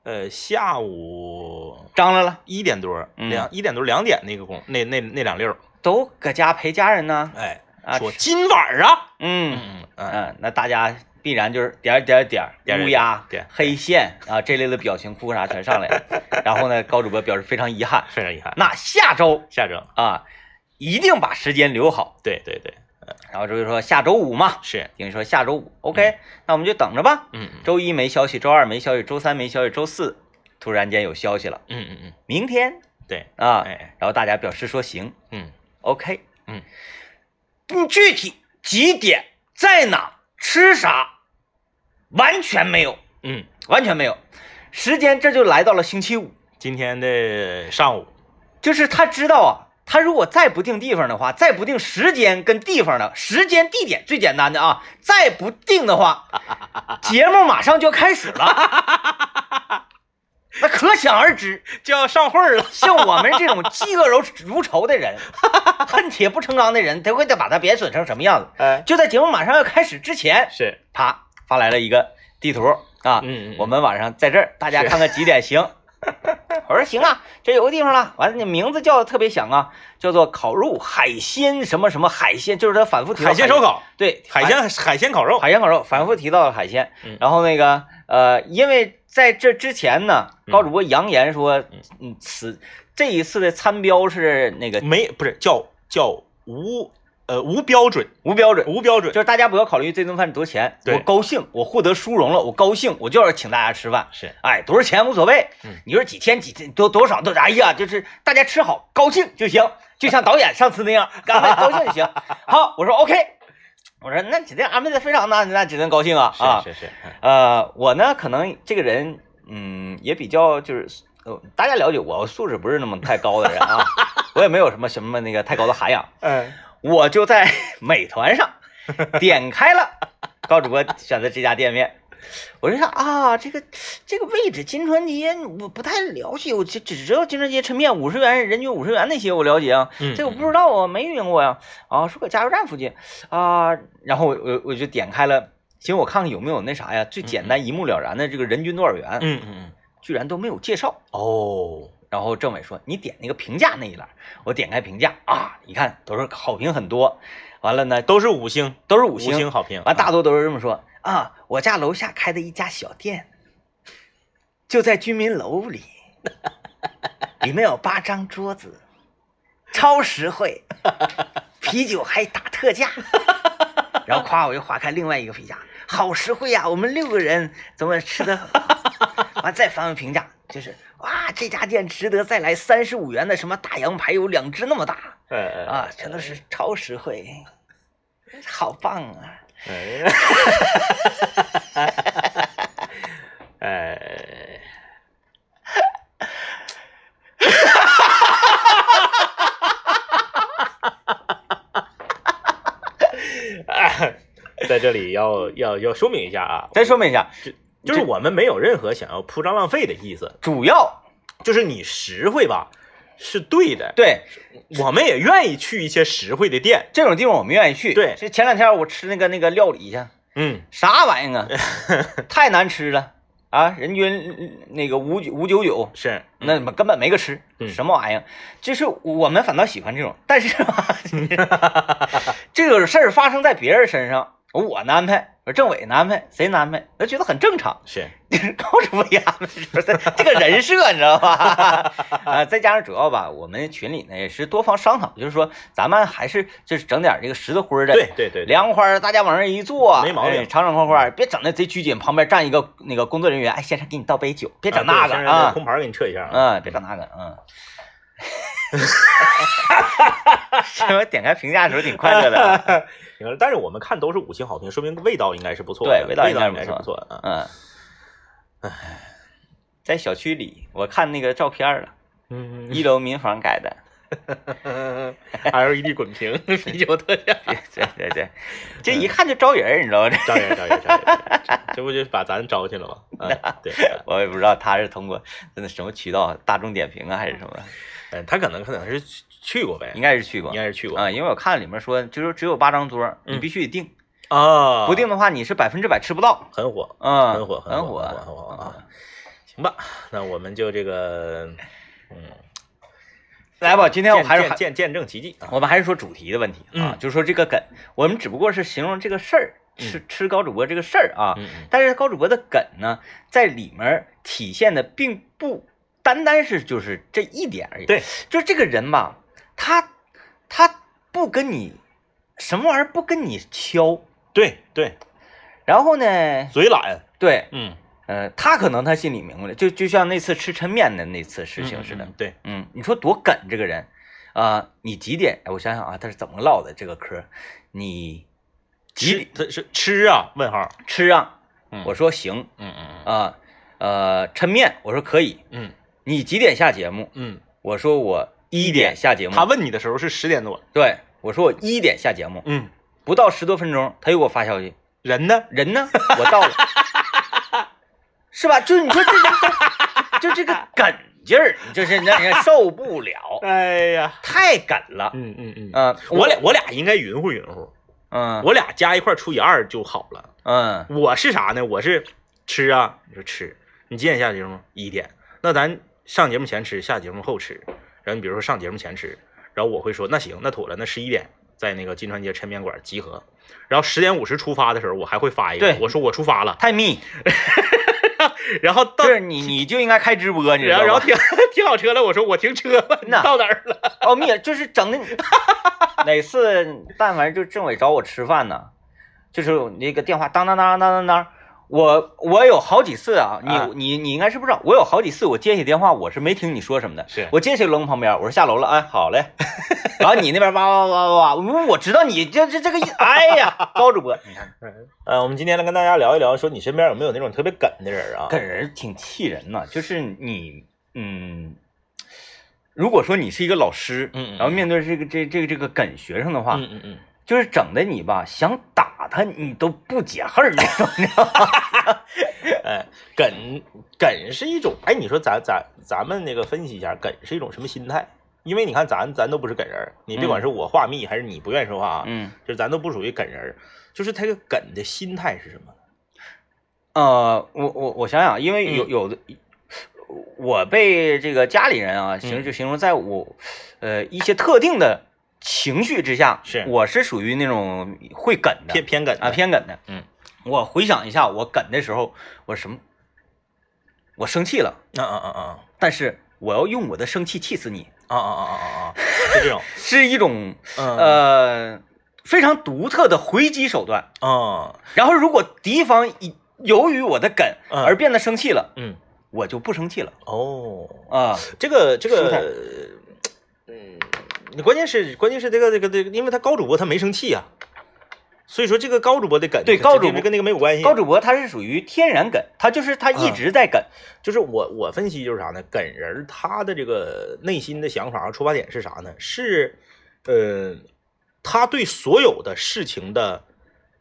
B: 呃，下午
A: 张罗了，
B: 一点多
A: 嗯
B: 两一点多两点那个工那那那两溜儿，
A: 都搁家陪家人呢。
B: 哎
A: 啊，
B: 说今晚儿啊，
A: 嗯
B: 嗯嗯
A: 嗯、
B: 嗯，
A: 那大家必然就是点儿点儿点儿
B: 点儿
A: 乌鸦
B: 点儿点儿、
A: 黑线啊这类的表情哭啥全上来了。然后呢，高主播表示非常遗憾，
B: 非常遗憾。
A: 那下周
B: 下周
A: 啊，一定把时间留好。
B: 对对对
A: 然后就是说下周五嘛，
B: 是，
A: 等于说下周五，OK，、那我们就等着吧。
B: 嗯嗯
A: 周一没消息，周二没消息，周三没消息，周四突然间有消息了，
B: 嗯嗯嗯，
A: 明天
B: 对，
A: 啊，
B: 哎
A: 然后大家表示说行
B: 嗯
A: ，OK，
B: 嗯，
A: 你具体几点在哪吃啥，完全没有，
B: 嗯，
A: 完全没有，时间这就来到了星期五，
B: 今天的上午
A: 就是他知道啊，他如果再不定地方的话，再不定时间跟地方的时间地点最简单的啊，再不定的话，节目马上就要开始了，那可想而知，
B: 就要上会儿了。
A: 像我们这种嫉恶如如仇的人，恨铁不成钢的人，他会得把他贬损成什么样子？
B: 哎，
A: 就在节目马上要开始之前，
B: 是，
A: 啪发来了一个地图啊，
B: 嗯嗯嗯
A: 我们晚上在这儿，大家
B: 是
A: 看看几点行。 我说行啊，这有个地方了。完了，你名字叫的特别响啊，叫做烤肉海鲜什么什么海鲜，就是他反复提到
B: 海鲜烧，烤，
A: 对，
B: 海鲜海鲜烤肉。
A: 海鲜烤肉反复提到海鲜
B: 嗯。
A: 然后那个呃，因为在这之前呢，
B: 嗯
A: 高主播扬言说，嗯，此这一次的餐标是那个
B: 没不是叫叫无呃无标准
A: 无标准，
B: 无标准
A: 就是大家不要考虑这顿饭多少钱，
B: 对
A: 我高兴，我获得殊荣了，我高兴，我就要请大家吃饭。
B: 是
A: 哎，多少钱无所谓
B: 嗯，
A: 你说几千几千多多少都哎呀，就是大家吃好高兴就行，就像导演上次那样，安排高兴就行。 好，我说 OK，我说那指定安排的非常那那只能高兴啊啊，
B: 是是，嗯
A: 呃，我呢可能这个人嗯也比较就是呃大家了解我，我素质不是那么太高的人 啊，我也没有什么什么那个太高的涵养，
B: 嗯
A: 我就在 美团 上点开了高主播选择这家店面，我就想啊，这个这个位置金川街我不太了解，我只只知道金川街抻面五十元人均五十元那些我了解啊，
B: 嗯
A: 这个我不知道啊，没运营过呀、啊，说搁加油站附近啊，然后我我我就点开了。行，我看看有没有那啥呀，最简单一目了然的这个人均多少元，
B: 嗯嗯嗯，
A: 居然都没有介绍。
B: 哦，
A: 然后政委说：“你点那个评价那一栏。”我点开评价啊，你看都是好评很多，完了呢
B: 都是五星
A: 都是五
B: 五
A: 星，
B: 好评，
A: 完大
B: 多
A: 多都是这么说啊啊，我家楼下开的一家小店，就在居民楼里，里面有八张桌子，超实惠，啤酒还打特价。然后夸我又划开另外一个评价，好实惠啊呀、我们六个人怎么吃的？完再翻翻评价，就是哇，这家店值得再来，三十五元的什么大羊排有两只那么大
B: 哎
A: 啊，全都是超实惠，好棒啊！
B: 哎， 哎，哎在这里要要要说明一下啊，
A: 再说明一下，
B: 就是我们没有任何想要铺张浪费的意思，
A: 主要
B: 就是你实惠吧是对的，
A: 对
B: 我们也愿意去一些实惠的店，
A: 这种地方我们愿意去。
B: 对
A: 就前两天我吃那个那个料理去，
B: 嗯，
A: 啥玩意 儿啊，太难吃了啊！人均嗯那个五九五九九，
B: 是，
A: 那么根本没个吃，
B: 嗯
A: 什么玩意儿？就是我们反倒喜欢这种，但是吧， 这个事儿发生在别人身上，我难安排，我政委难安排，谁难安排，我觉得很正常。
B: 是，
A: 就是 高主播压的时候，这这个人设你知道吧？ 啊，再加上主要吧，我们群里呢也是多方商讨，就是说咱们还是就是整点这个实的灰儿的，
B: 对对对，对
A: 凉快儿，大家往那儿一坐，
B: 没毛病
A: 哎敞敞快快，别整那贼拘谨，旁边站一个那个工作人员，哎，先生给你倒杯酒，别整那个
B: 啊对先让这
A: 啊，
B: 空盘给你撤一下啊。
A: 嗯，别整那个， 嗯。 是我点开评价的时候挺快乐的啊，
B: 行了但是我们看都是五星好评，说明味道应该是不错的，
A: 对味
B: 味
A: 道应该是
B: 应该是
A: 不
B: 不错的啊。
A: 嗯，在小区里，我看那个照片儿了，
B: 嗯
A: 一楼民房改的，
B: ，LED 滚屏啤酒特价，
A: 对对对，这一看就招人儿，你知道吗？ 这
B: 招人招人招人， 这不就把咱招去了吗？ 嗯，对，
A: 我也不知道他是通过那什么渠道，大众点评啊还是什么，
B: 嗯，他可能可能是去去过呗，
A: 应
B: 该
A: 该是去过
B: 应该是去过
A: 啊，因为我看里面说，就是只有八张桌，你
B: 嗯
A: 必须得定，
B: 啊，
A: 不定的话你是百分之百吃不到，
B: 很火，
A: 嗯，
B: 啊很火，
A: 很
B: 火，很火啊！行吧，那我们就这 个，嗯，
A: 来吧，今天我还是
B: 见
A: 还
B: 见见证奇迹 啊，
A: 我们还是说主题的问题啊，
B: 嗯
A: 就是说这个梗，我们只不过是形容这个事儿，吃吃高主播这个事儿啊，
B: 嗯嗯
A: 但是高主播的梗呢，在里面体现的并不单单是就是这一点而已。
B: 对，
A: 就是这个人吧，他他不跟你什么玩意儿不跟你敲，
B: 对对，
A: 然后呢，
B: 嘴懒，
A: 对，
B: 嗯，
A: 呃，他可能他心里明白了，就就像那次吃抻面的那次事情
B: 事情
A: 似
B: 是
A: 的
B: 的，，对，
A: 嗯，你说多梗这个人啊、你几点？哎我想想啊，他是怎么唠的这个嗑？你几
B: 吃
A: 点
B: 他是吃啊？问号，
A: 吃啊？
B: 嗯
A: 我说行
B: 嗯嗯
A: 啊、呃，抻面，我说可以。
B: 嗯
A: 你几点下节目？
B: 嗯，
A: 我说我一点下节目，
B: 他问你的时候是十点多，
A: 对我说我一点下节目，
B: 嗯，
A: 不到十多分钟，他又给我发消息，
B: 人呢？
A: 人 呢？我到了，是吧？就你说这个，就这个梗劲儿，你这是让人受不了，
B: 哎呀，
A: 太梗了。
B: 嗯嗯嗯，
A: 嗯，
B: 我啊俩我俩应该匀乎匀乎，
A: 嗯
B: 我俩加一块儿除以二就好了。
A: 嗯
B: 我是啥呢？我是吃啊，你说吃，你几点下节目？一点。那咱上节目前吃，下节目后吃。然后你比如说上节目前吃，然后我会说那行，那妥了，那十一点在那个金川街抻面馆集合。然后十点五十出发的时候，我还会发一个
A: 对，
B: 我说我出发了。
A: 太密，
B: 然后到
A: 就，是你你就应该开直播，你知
B: 然
A: 道
B: 后然后
A: 吗？
B: 停 停好车了，我说我停车了，你
A: 那
B: 到哪儿了？
A: 哦，密就是整的你，哪次但凡就政委找我吃饭呢，就是那个电话当当当当当当，我我有好几次啊，你、
B: 啊
A: 你你应该是不知道，我有好几次我接起电话，我是没听你说什么的，
B: 是
A: 我接起楼旁边，我说下楼了，哎，好嘞， 然后你那边哇哇哇哇哇，我我知道你这这这个意，哎呀，高主播，你看
B: 呃，我们今天来跟大家聊一聊，说你身边有没有那种特别梗的人啊？
A: 跟人挺气人呐，就是你嗯。如果说你是一个老师，
B: 嗯嗯嗯
A: 然后面对这个这这个这个梗学生的话，
B: 嗯嗯嗯，
A: 就是整的你吧，想打他你都不解恨儿那种，你知道吗？
B: 哎，梗梗是一种，哎，你说咱咱咱们那个分析一下，梗是一种什么心态？因为你看咱咱都不是梗人儿，你别管是我话密还是你不愿意说话啊，
A: 嗯，
B: 就是咱都不属于梗人儿，就是他这个梗的心态是什么？
A: 呃，我我我想想，因为有
B: 嗯
A: 有的，我被这个家里人啊形
B: 嗯
A: 就形容在我，呃一些特定的情绪之下，
B: 是
A: 我是属于那种会梗的
B: 偏偏梗
A: 嗯啊偏梗的，
B: 嗯，
A: 我回想一下，我梗的时候，我什么，我生气了，
B: 啊啊啊啊
A: 但是我要用我的生气气死你，
B: 啊啊啊啊啊啊，就这种，
A: 是一种
B: 嗯
A: 呃非常独特的回击手段。
B: 嗯
A: 然后如果敌方以由于我的梗
B: 嗯
A: 而变得生气了，
B: 嗯，
A: 我就不生气了
B: 哦，
A: 啊。
B: 这个这
A: 舒坦
B: 个，嗯，你关键是关键是这个这个这个，因为他高主播他没生气啊，所以说这个高主播的梗
A: 对
B: 这
A: 高主
B: 这
A: 播
B: 跟那个没有关系。
A: 高主播他是属于天然梗，他就是他
B: 嗯
A: 一直在梗，
B: 就是我我分析就是啥呢？梗人儿他的这个内心的想法和出发点是啥呢？是，呃，他对所有的事情的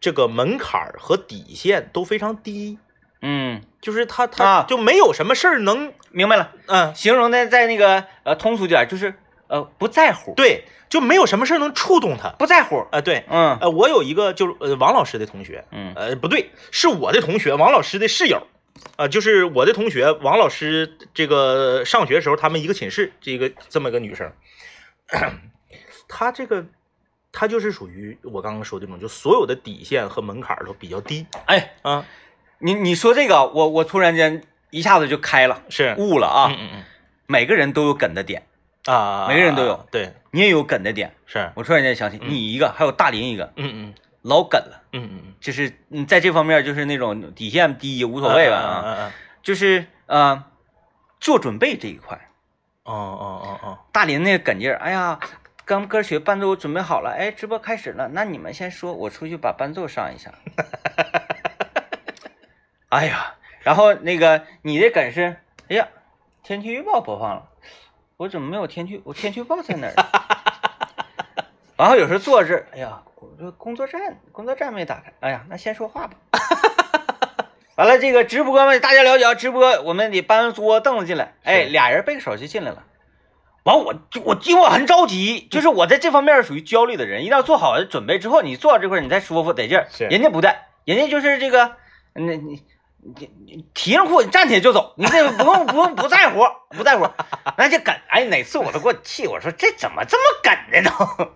B: 这个门槛儿和底线都非常低，
A: 嗯，
B: 就是他他、
A: 啊
B: 就没有什么事儿能，
A: 明白了。
B: 嗯、
A: 形容的再那个呃通俗点儿，就是呃不在乎，
B: 对，就没有什么事儿能触动他。啊、
A: 不在乎，
B: 对，
A: 嗯
B: 呃，我有一个就是呃王老师的同学，
A: 嗯
B: 呃，不对，是我的同学，王老师的室友，呃，就是我的同学，王老师这个上学时候他们一个寝室，这个这么个女生，她这个她就是属于我刚刚说的那种，就所有的底线和门槛都比较低
A: 哎，
B: 啊，
A: 你你说这个，我我突然间一下子就开了，
B: 是，嗯
A: 悟了啊！
B: 嗯嗯
A: 每个人都有梗的点，
B: 啊，
A: 每个人都有，
B: 对，
A: 你也有梗的点。
B: 是，
A: 我突然间想起你一个，还有大林一个，
B: 嗯嗯
A: 老梗了，
B: 嗯嗯
A: 就是嗯，在这方面就是那种底线低无
B: 无
A: 所谓吧
B: 啊，
A: 啊，
B: 嗯嗯
A: 就是呃做准备这一块，
B: 哦哦哦哦，
A: 大林那个梗劲儿，哎呀。刚歌曲伴奏准备好了，哎，直播开始了，那你们先说，我出去把伴奏上一下。 哎呀，然后那个你的梗是，哎呀，天气预报播放了，我怎么没有天气？我天气预报在哪儿？ 然后有时候坐这儿，哎呀，我这工作站工作站没打开，哎呀，那先说话吧。 完了，这个直播嘛，大家了解啊，直播我们得搬桌凳子进来，哎，
B: 是
A: 俩人背个手就进来了。完，我我因为我很着急，就是
B: 嗯
A: 我在这方面属于焦虑的人，一定要做好准备之后，你做到这块儿你再舒服得劲儿。
B: 是
A: 人家不带，人家就是这个，嗯那你你你提上裤子站起来就走，你这不用不用不在乎不在乎， 那就梗哎，哪次我都给我气，我说这怎么这么梗呢都？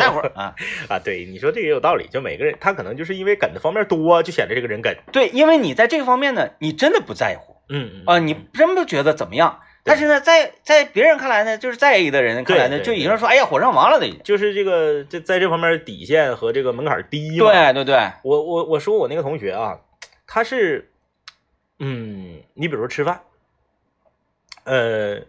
A: 那会儿啊，
B: 啊，对，你说这个也有道理，就每个人他可能就是因为梗的方面多，就显得这个人梗，
A: 对，因为你在这方面呢，你真的不在乎
B: 嗯
A: 啊、你真不觉得怎么样。但是呢，在在别人看来呢，就是在意的人看来呢，
B: 对对
A: 就已经说，哎呀，火上王了都已经。
B: 就是这个这在这方面底线和这个门槛低嘛。，
A: 对对对，
B: 我我我说我那个同学啊，他是，嗯，你比如说吃饭，呃，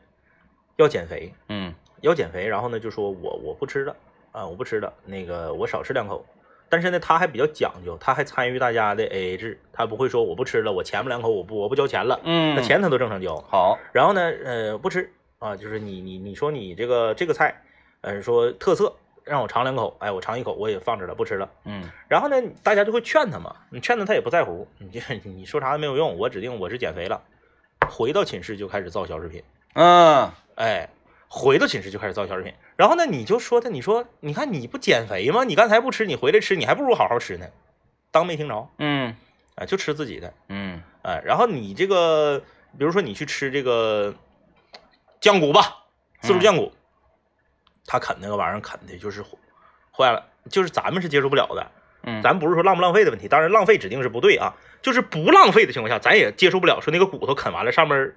B: 要减肥，
A: 嗯
B: 要减肥，然后呢就说我我不吃了啊、我不吃了，那个我少吃两口。但是呢，他还比较讲究，他还参与大家的 AA 制，他不会说我不吃了，我前面两口我不我不交钱了，那
A: 嗯，
B: 钱他都正常交。
A: 好，
B: 然后呢，呃，不吃啊，就是你你你说你这个这个菜，呃，说特色，让我尝两口，哎，我尝一口，我也放这了，不吃了。
A: 嗯
B: 然后呢，大家就会劝他嘛，你劝他他也不在乎，你这 你说啥都没有用，我指定我是减肥了。回到寝室就开始造小食品，
A: 嗯
B: 哎，回到寝室就开始造小食品。然后呢，你就说他，你说你看你不减肥吗？你刚才不吃，你回来吃，你还不如好好吃呢，当没听着啊、
A: 嗯
B: 哎就吃自己的。
A: 嗯
B: 哎，然后你这个，比如说你去吃这个酱骨吧，自助
A: 嗯
B: 酱骨，他啃那个玩意儿啃的就是坏了，就是咱们是接受不了的。
A: 嗯，
B: 咱不是说浪不浪费的问题，当然浪费指定是不对啊，就是不浪费的情况下，咱也接受不了说那个骨头啃完了上面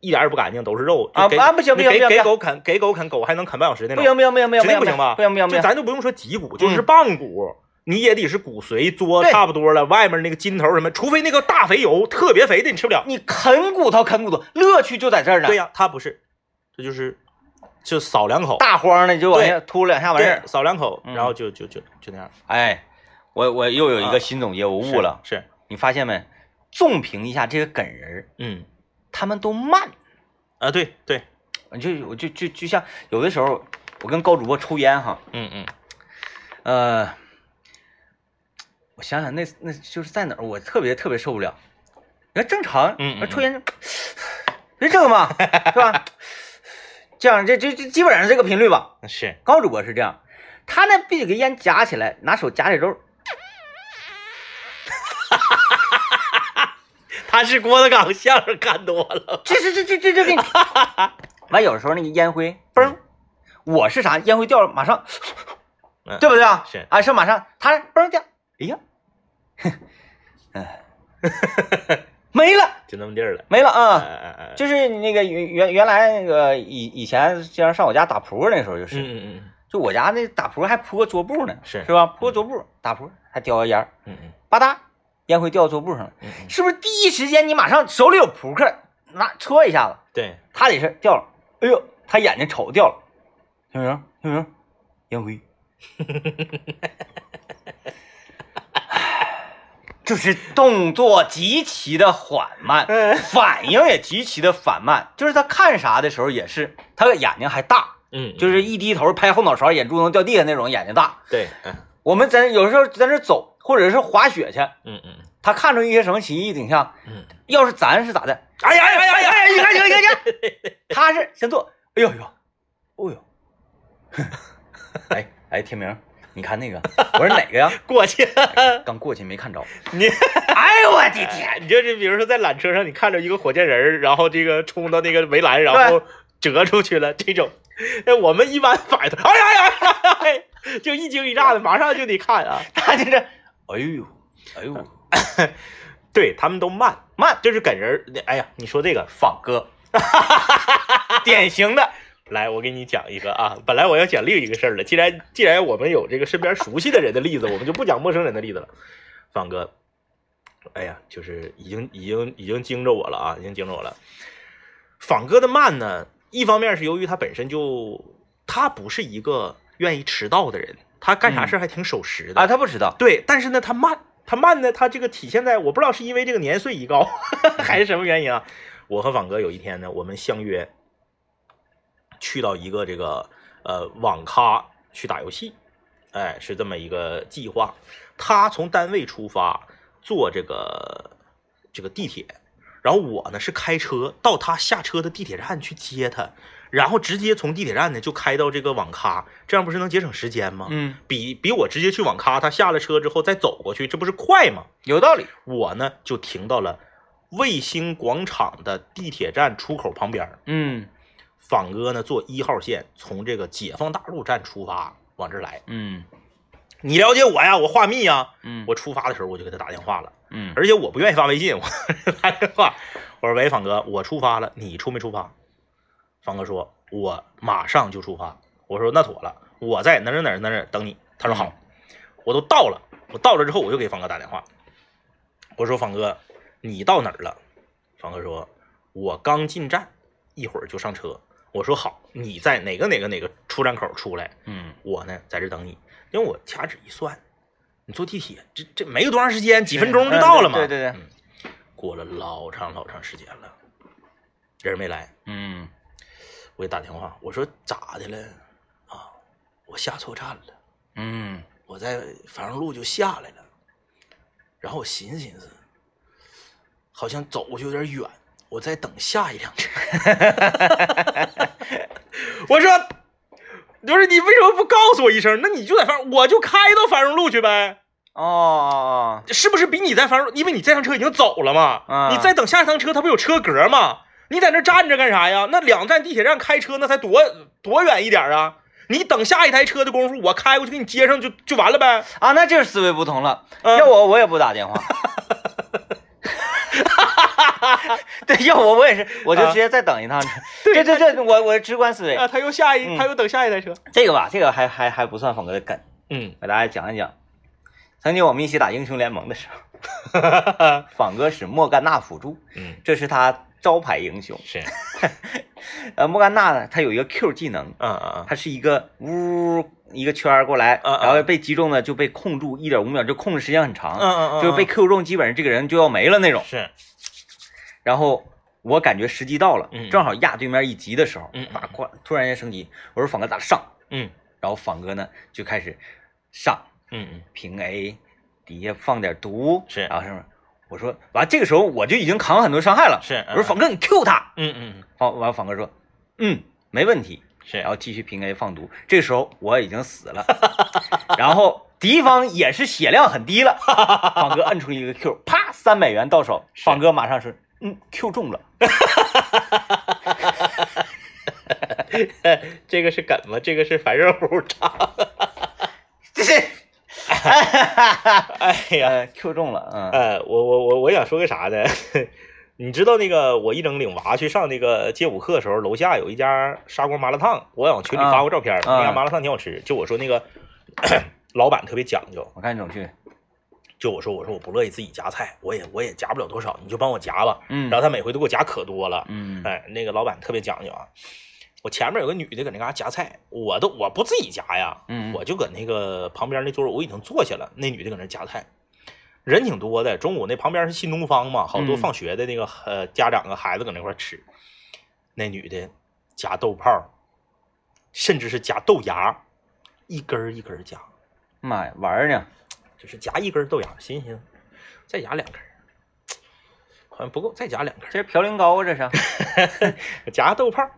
B: 一点儿也不干净，都是肉
A: 啊
B: 就给
A: 啊不行
B: 你
A: 不行不
B: 给
A: 行
B: 给
A: 不行
B: 狗啃给狗啃狗还能啃半小时那
A: 不
B: 种，
A: 行不行不行不行，
B: 指定不行吧？
A: 不行不行不行，
B: 就咱就不用说脊骨，就是棒骨，你也得是骨髓嘬
A: 对
B: 差不多了，外面那个筋头什么，除非那个大肥油特别肥的你吃不了。
A: 你啃骨头啃骨头，乐趣就在这儿呢。
B: 对呀、他不是，啊这就是就扫两口，
A: 大荒的就往下突两下完事
B: 对
A: 儿，。
B: 扫两口，
A: 嗯
B: 然后就就就就那样。
A: 哎，我我又有一
B: 啊
A: 个新总结，我悟了，
B: 是，是
A: 你发现没？纵评一下这个梗人儿，
B: 嗯
A: 他们都慢。
B: 啊，对对，
A: 我就我就就就像有的时候，我跟高主播抽烟哈，
B: 嗯嗯
A: 呃，我想想那那就是在哪儿，我特别特别受不了。人正常，
B: 嗯嗯嗯
A: 抽烟就，别这个嘛，是吧？ 这样这这这基本上是这个频率吧。
B: 啊是，
A: 高主播是这样，他呢必须给烟夹起来，拿手夹起肉，
B: 他是郭德纲相声看多了，
A: 这这这这这这给你。完有时候那个烟灰嘣
B: 嗯，
A: 我是啥？烟灰掉了，马上
B: 嗯，
A: 对不对啊？
B: 是
A: 啊，是马上，他嘣掉，哎呀，没了，
B: 就那么地儿了。
A: 没了啊。
B: 哎哎哎，
A: 就是那个原原原来那个以以前经常上我家打扑克那时候就是，
B: 嗯嗯嗯
A: 就我家那打扑克还铺个桌布呢，
B: 是
A: 是吧？铺个桌布打扑克还叼个烟儿，
B: 嗯嗯
A: 吧嗒烟灰掉桌布上了，
B: 嗯嗯，
A: 是不是？第一时间你马上手里有扑克，拿戳一下子，
B: 对，
A: 他得是掉了，哎呦，他眼睛瞅掉了，听没听？听没听？烟灰，就是动作极其的缓慢，
B: 嗯
A: 反应也极其的缓慢，就是他看啥的时候也是，他的眼睛还大，
B: 嗯，
A: 就是一低头拍后脑勺，眼珠能掉地下那种，眼睛大。
B: 对，嗯
A: 我们在有时候在那走，或者是滑雪去，
B: 嗯嗯
A: 他看出一些什么奇异景象，
B: 嗯，
A: 要是咱是咋的？哎呀哎呀哎呀哎呀！你看你看你看，你看他是先做，哎呦哎呦，哦呦，哎哎，天明，你看那个，我说哪个呀？
B: 过去。
A: 刚过去没看着。
B: 你
A: 哎呦我的天！
B: 你就是比如说在缆车上，你看着一个火箭人儿，然后这个冲到那个围栏，然后折出去了，这种， 哎，我们一般反应，哎呀呀呀， 哎就一惊一乍的，马上就得看啊。
A: 他就是，哎呦哎呦，
B: 对他们都慢，
A: 慢，
B: 就是给人儿，哎呀，你说这个
A: 仿哥，典型的，
B: 来，我给你讲一个啊，本来我要讲另一个事儿了，既然既然我们有这个身边熟悉的人的例子，我们就不讲陌生人的例子了。方哥，哎呀，就是已经已经已经惊着我了啊，已经惊着我了。仿哥的慢呢，一方面是由于他本身就他不是一个愿意迟到的人，他干啥事儿还挺守时的、
A: 啊，他不知道，
B: 对，但是呢，他慢，他慢呢，他这个体现在我不知道是因为这个年岁已高， 还是什么原因啊？我和仿哥有一天呢，我们相约去到一个这个呃网咖去打游戏，哎，是这么一个计划。他从单位出发，坐这个这个地铁，然后我呢是开车到他下车的地铁站去接他，然后直接从地铁站呢就开到这个网咖，这样不是能节省时间吗？
A: 嗯，
B: 比比我直接去网咖，他下了车之后再走过去，这不是快吗？
A: 有道理，
B: 我呢就停到了卫星广场的地铁站出口旁边儿。
A: 嗯
B: 仿哥呢坐一号线，从这个解放大路站出发往这儿来。
A: 嗯
B: 你了解我呀，我话密呀。
A: 嗯，
B: 我出发的时候我就给他打电话了，
A: 嗯
B: 而且我不愿意发微信， 我打电话，我说喂，仿哥，我出发了，你出没出发？仿哥说，我马上就出发。我说那妥了，我在哪儿哪儿哪儿哪儿等你。他说好，我都到了，我到了之后我就给方哥打电话，我说方哥，你到哪儿了？方哥说，我刚进站，一会儿就上车。我说好，你在哪个哪个哪个出站口出来，
A: 嗯
B: 我呢在这等你，因为我掐指一算，你坐地铁这这没有多长时间，几分钟就到了嘛。
A: 嗯对对对
B: 嗯，过了老长老长时间了，人没来，
A: 嗯
B: 我给打电话，我说咋的了？啊，我下错站了，
A: 嗯
B: 我在繁荣路就下来了，然后我寻思寻思，好像走过去有点远，我再等下一辆车。 我说，就是你为什么不告诉我一声？那你就在繁，我就开到繁荣路去呗。
A: 哦，
B: 是不是比你在繁荣？因为你这趟车已经走了嘛，
A: 嗯
B: 你再等下一趟车，它不有车格吗？你在那站着干啥呀？那两站地铁站开车那才多多远一点啊！你等下一台车的功夫，我开过去给你接上就就完了呗。
A: 啊，那就是思维不同了。
B: 嗯
A: 要我我也不打 电话，对，要我我也
B: 啊
A: 是，我就直接再等一 趟。这这这，我我直观思维
B: 啊，，他又下一，
A: 嗯
B: 他又等下一台车。
A: 这个吧，这个还还还不算峰哥的梗，
B: 嗯，
A: 给大家讲一讲。曾经我们一起打英雄联盟的时候， 仿哥使莫甘娜辅助，
B: 嗯，
A: 这是他招牌英雄。
B: 是，
A: 呃，莫甘娜呢，她有一个 Q 技能，
B: 嗯嗯
A: 它是一个呜一个圈儿过来，
B: 嗯嗯
A: 然后被击中呢就被控住一点五秒，就控制时间很
B: 嗯
A: 长，
B: 嗯嗯，
A: 就是被 Q 中，基本上这个人就要没了那种。
B: 是，
A: 然后我感觉时机到了
B: 嗯，
A: 正好压对面一级的时候，
B: 嗯
A: 把挂突然间升级，我说仿哥咋上？
B: 嗯
A: 然后仿哥呢就开始上
B: 嗯嗯，
A: 平 A，底下放点毒，
B: 是
A: 然后什么？我说完这个时候我就已经扛很多伤害了，
B: 是
A: 我说仿哥你 Q 他，
B: 嗯嗯
A: 仿完仿哥说嗯没问题，
B: 是
A: 然，后继续平 A 放毒。这时候我已经死了， 然后敌方也是血量很低了，仿哥摁出一个 Q，啪，三百元到手，
B: 是
A: 仿哥马上是嗯 Q 中了，
B: 哎这个是梗吗？这个是樊胜虎唱。
A: 这是
B: 哎呀，
A: 呃，Q 中了，嗯，
B: 哎，我我我我想说个啥呢？ 你知道那个我一整领娃去上那个街舞课的时候，楼下有一家砂锅麻辣烫，我往群里发过照片，那家麻辣烫挺好吃。就我说那个 老板特别讲究，
A: 我看你总去，
B: 就我说我说我不乐意自己夹菜，我也我也夹不了多少，你就帮我夹吧。
A: 嗯，
B: 然后他每回都给我夹可多了，
A: 嗯，
B: 哎，那个老板特别讲究啊。我前面有个女的搁那嘎夹菜，我都我不自己夹呀，
A: 嗯，
B: 我就搁那个旁边那桌我已经坐下了，那女的搁那夹菜，人挺多的。中午那旁边是新东方嘛，好
A: 嗯
B: 多放学的那个、呃家长啊孩子搁那块儿吃，那女的夹豆泡儿，甚至是夹豆芽，一根儿一根儿夹，
A: 妈呀，玩儿呢，
B: 就是夹一根儿豆芽，行行，再夹两根儿，好像不够，再夹两根儿。
A: 这是嘌呤高啊，这是，
B: 夹豆泡儿，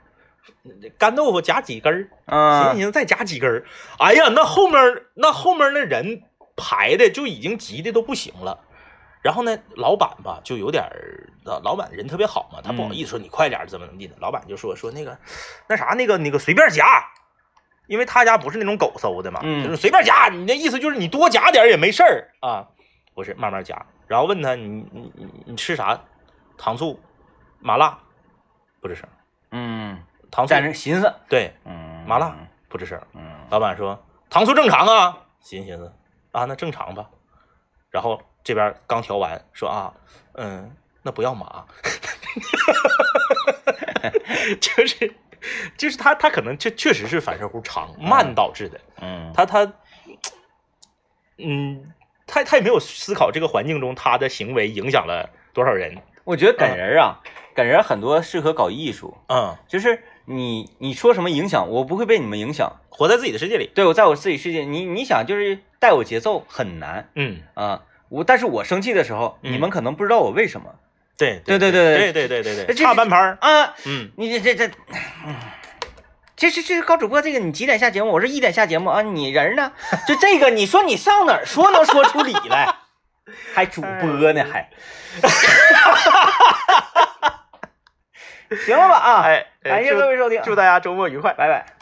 B: 干豆腐夹几根儿，
A: 嗯啊
B: 行，行，再夹几根儿。哎呀，那后面儿那后面儿那人排的就已经急的都不行了。然后呢，老板吧就有点儿，老老板人特别好嘛，他不好
A: 嗯
B: 意思说你快点儿怎么怎么地的。老板就说说那个那啥那个那个随便夹，因为他家不是那种狗搜的嘛，
A: 嗯
B: 就是随便夹。你那意思就是你多夹点儿也没事儿啊。不是慢慢夹，然后问他你你你你吃啥？糖醋麻辣不吱声，
A: 嗯，
B: 糖醋
A: 在那寻思，
B: 对
A: 嗯，
B: 麻辣，不吱声。
A: 嗯，
B: 老板说糖醋正常啊，寻思寻思啊，那正常吧。然后这边刚调完，说啊，嗯，那不要麻， 就是就是他他可能确确实是反射弧长慢导致的，
A: 嗯，
B: 他他嗯，他他也没有思考这个环境中他的行为影响了多少人，
A: 我觉得梗人啊，梗人很多适合搞艺术，
B: 嗯，
A: 就是你你说什么影响，我不会被你们影响，
B: 活在自己的世界里，
A: 对我在我自己世界，你你想就是带我节奏很难
B: 嗯，
A: 啊，我但是我生气的时候，
B: 嗯
A: 你们可能不知道我为什么
B: 对
A: 对
B: 对
A: 对对
B: 对对对对
A: 这
B: 对，差半拍儿，
A: 啊，
B: 嗯。
A: 你这这这。嗯这这这高主播，这个你几点下节目？我是一点下节目啊，你人呢？就这个，你说你上哪儿说能说出理来？还主播呢？还， 行了吧啊？
B: 哎，
A: 感谢
B: 祝
A: 各位收听，
B: 哎
A: 哎啊
B: 祝大家周末愉快。
A: 拜拜。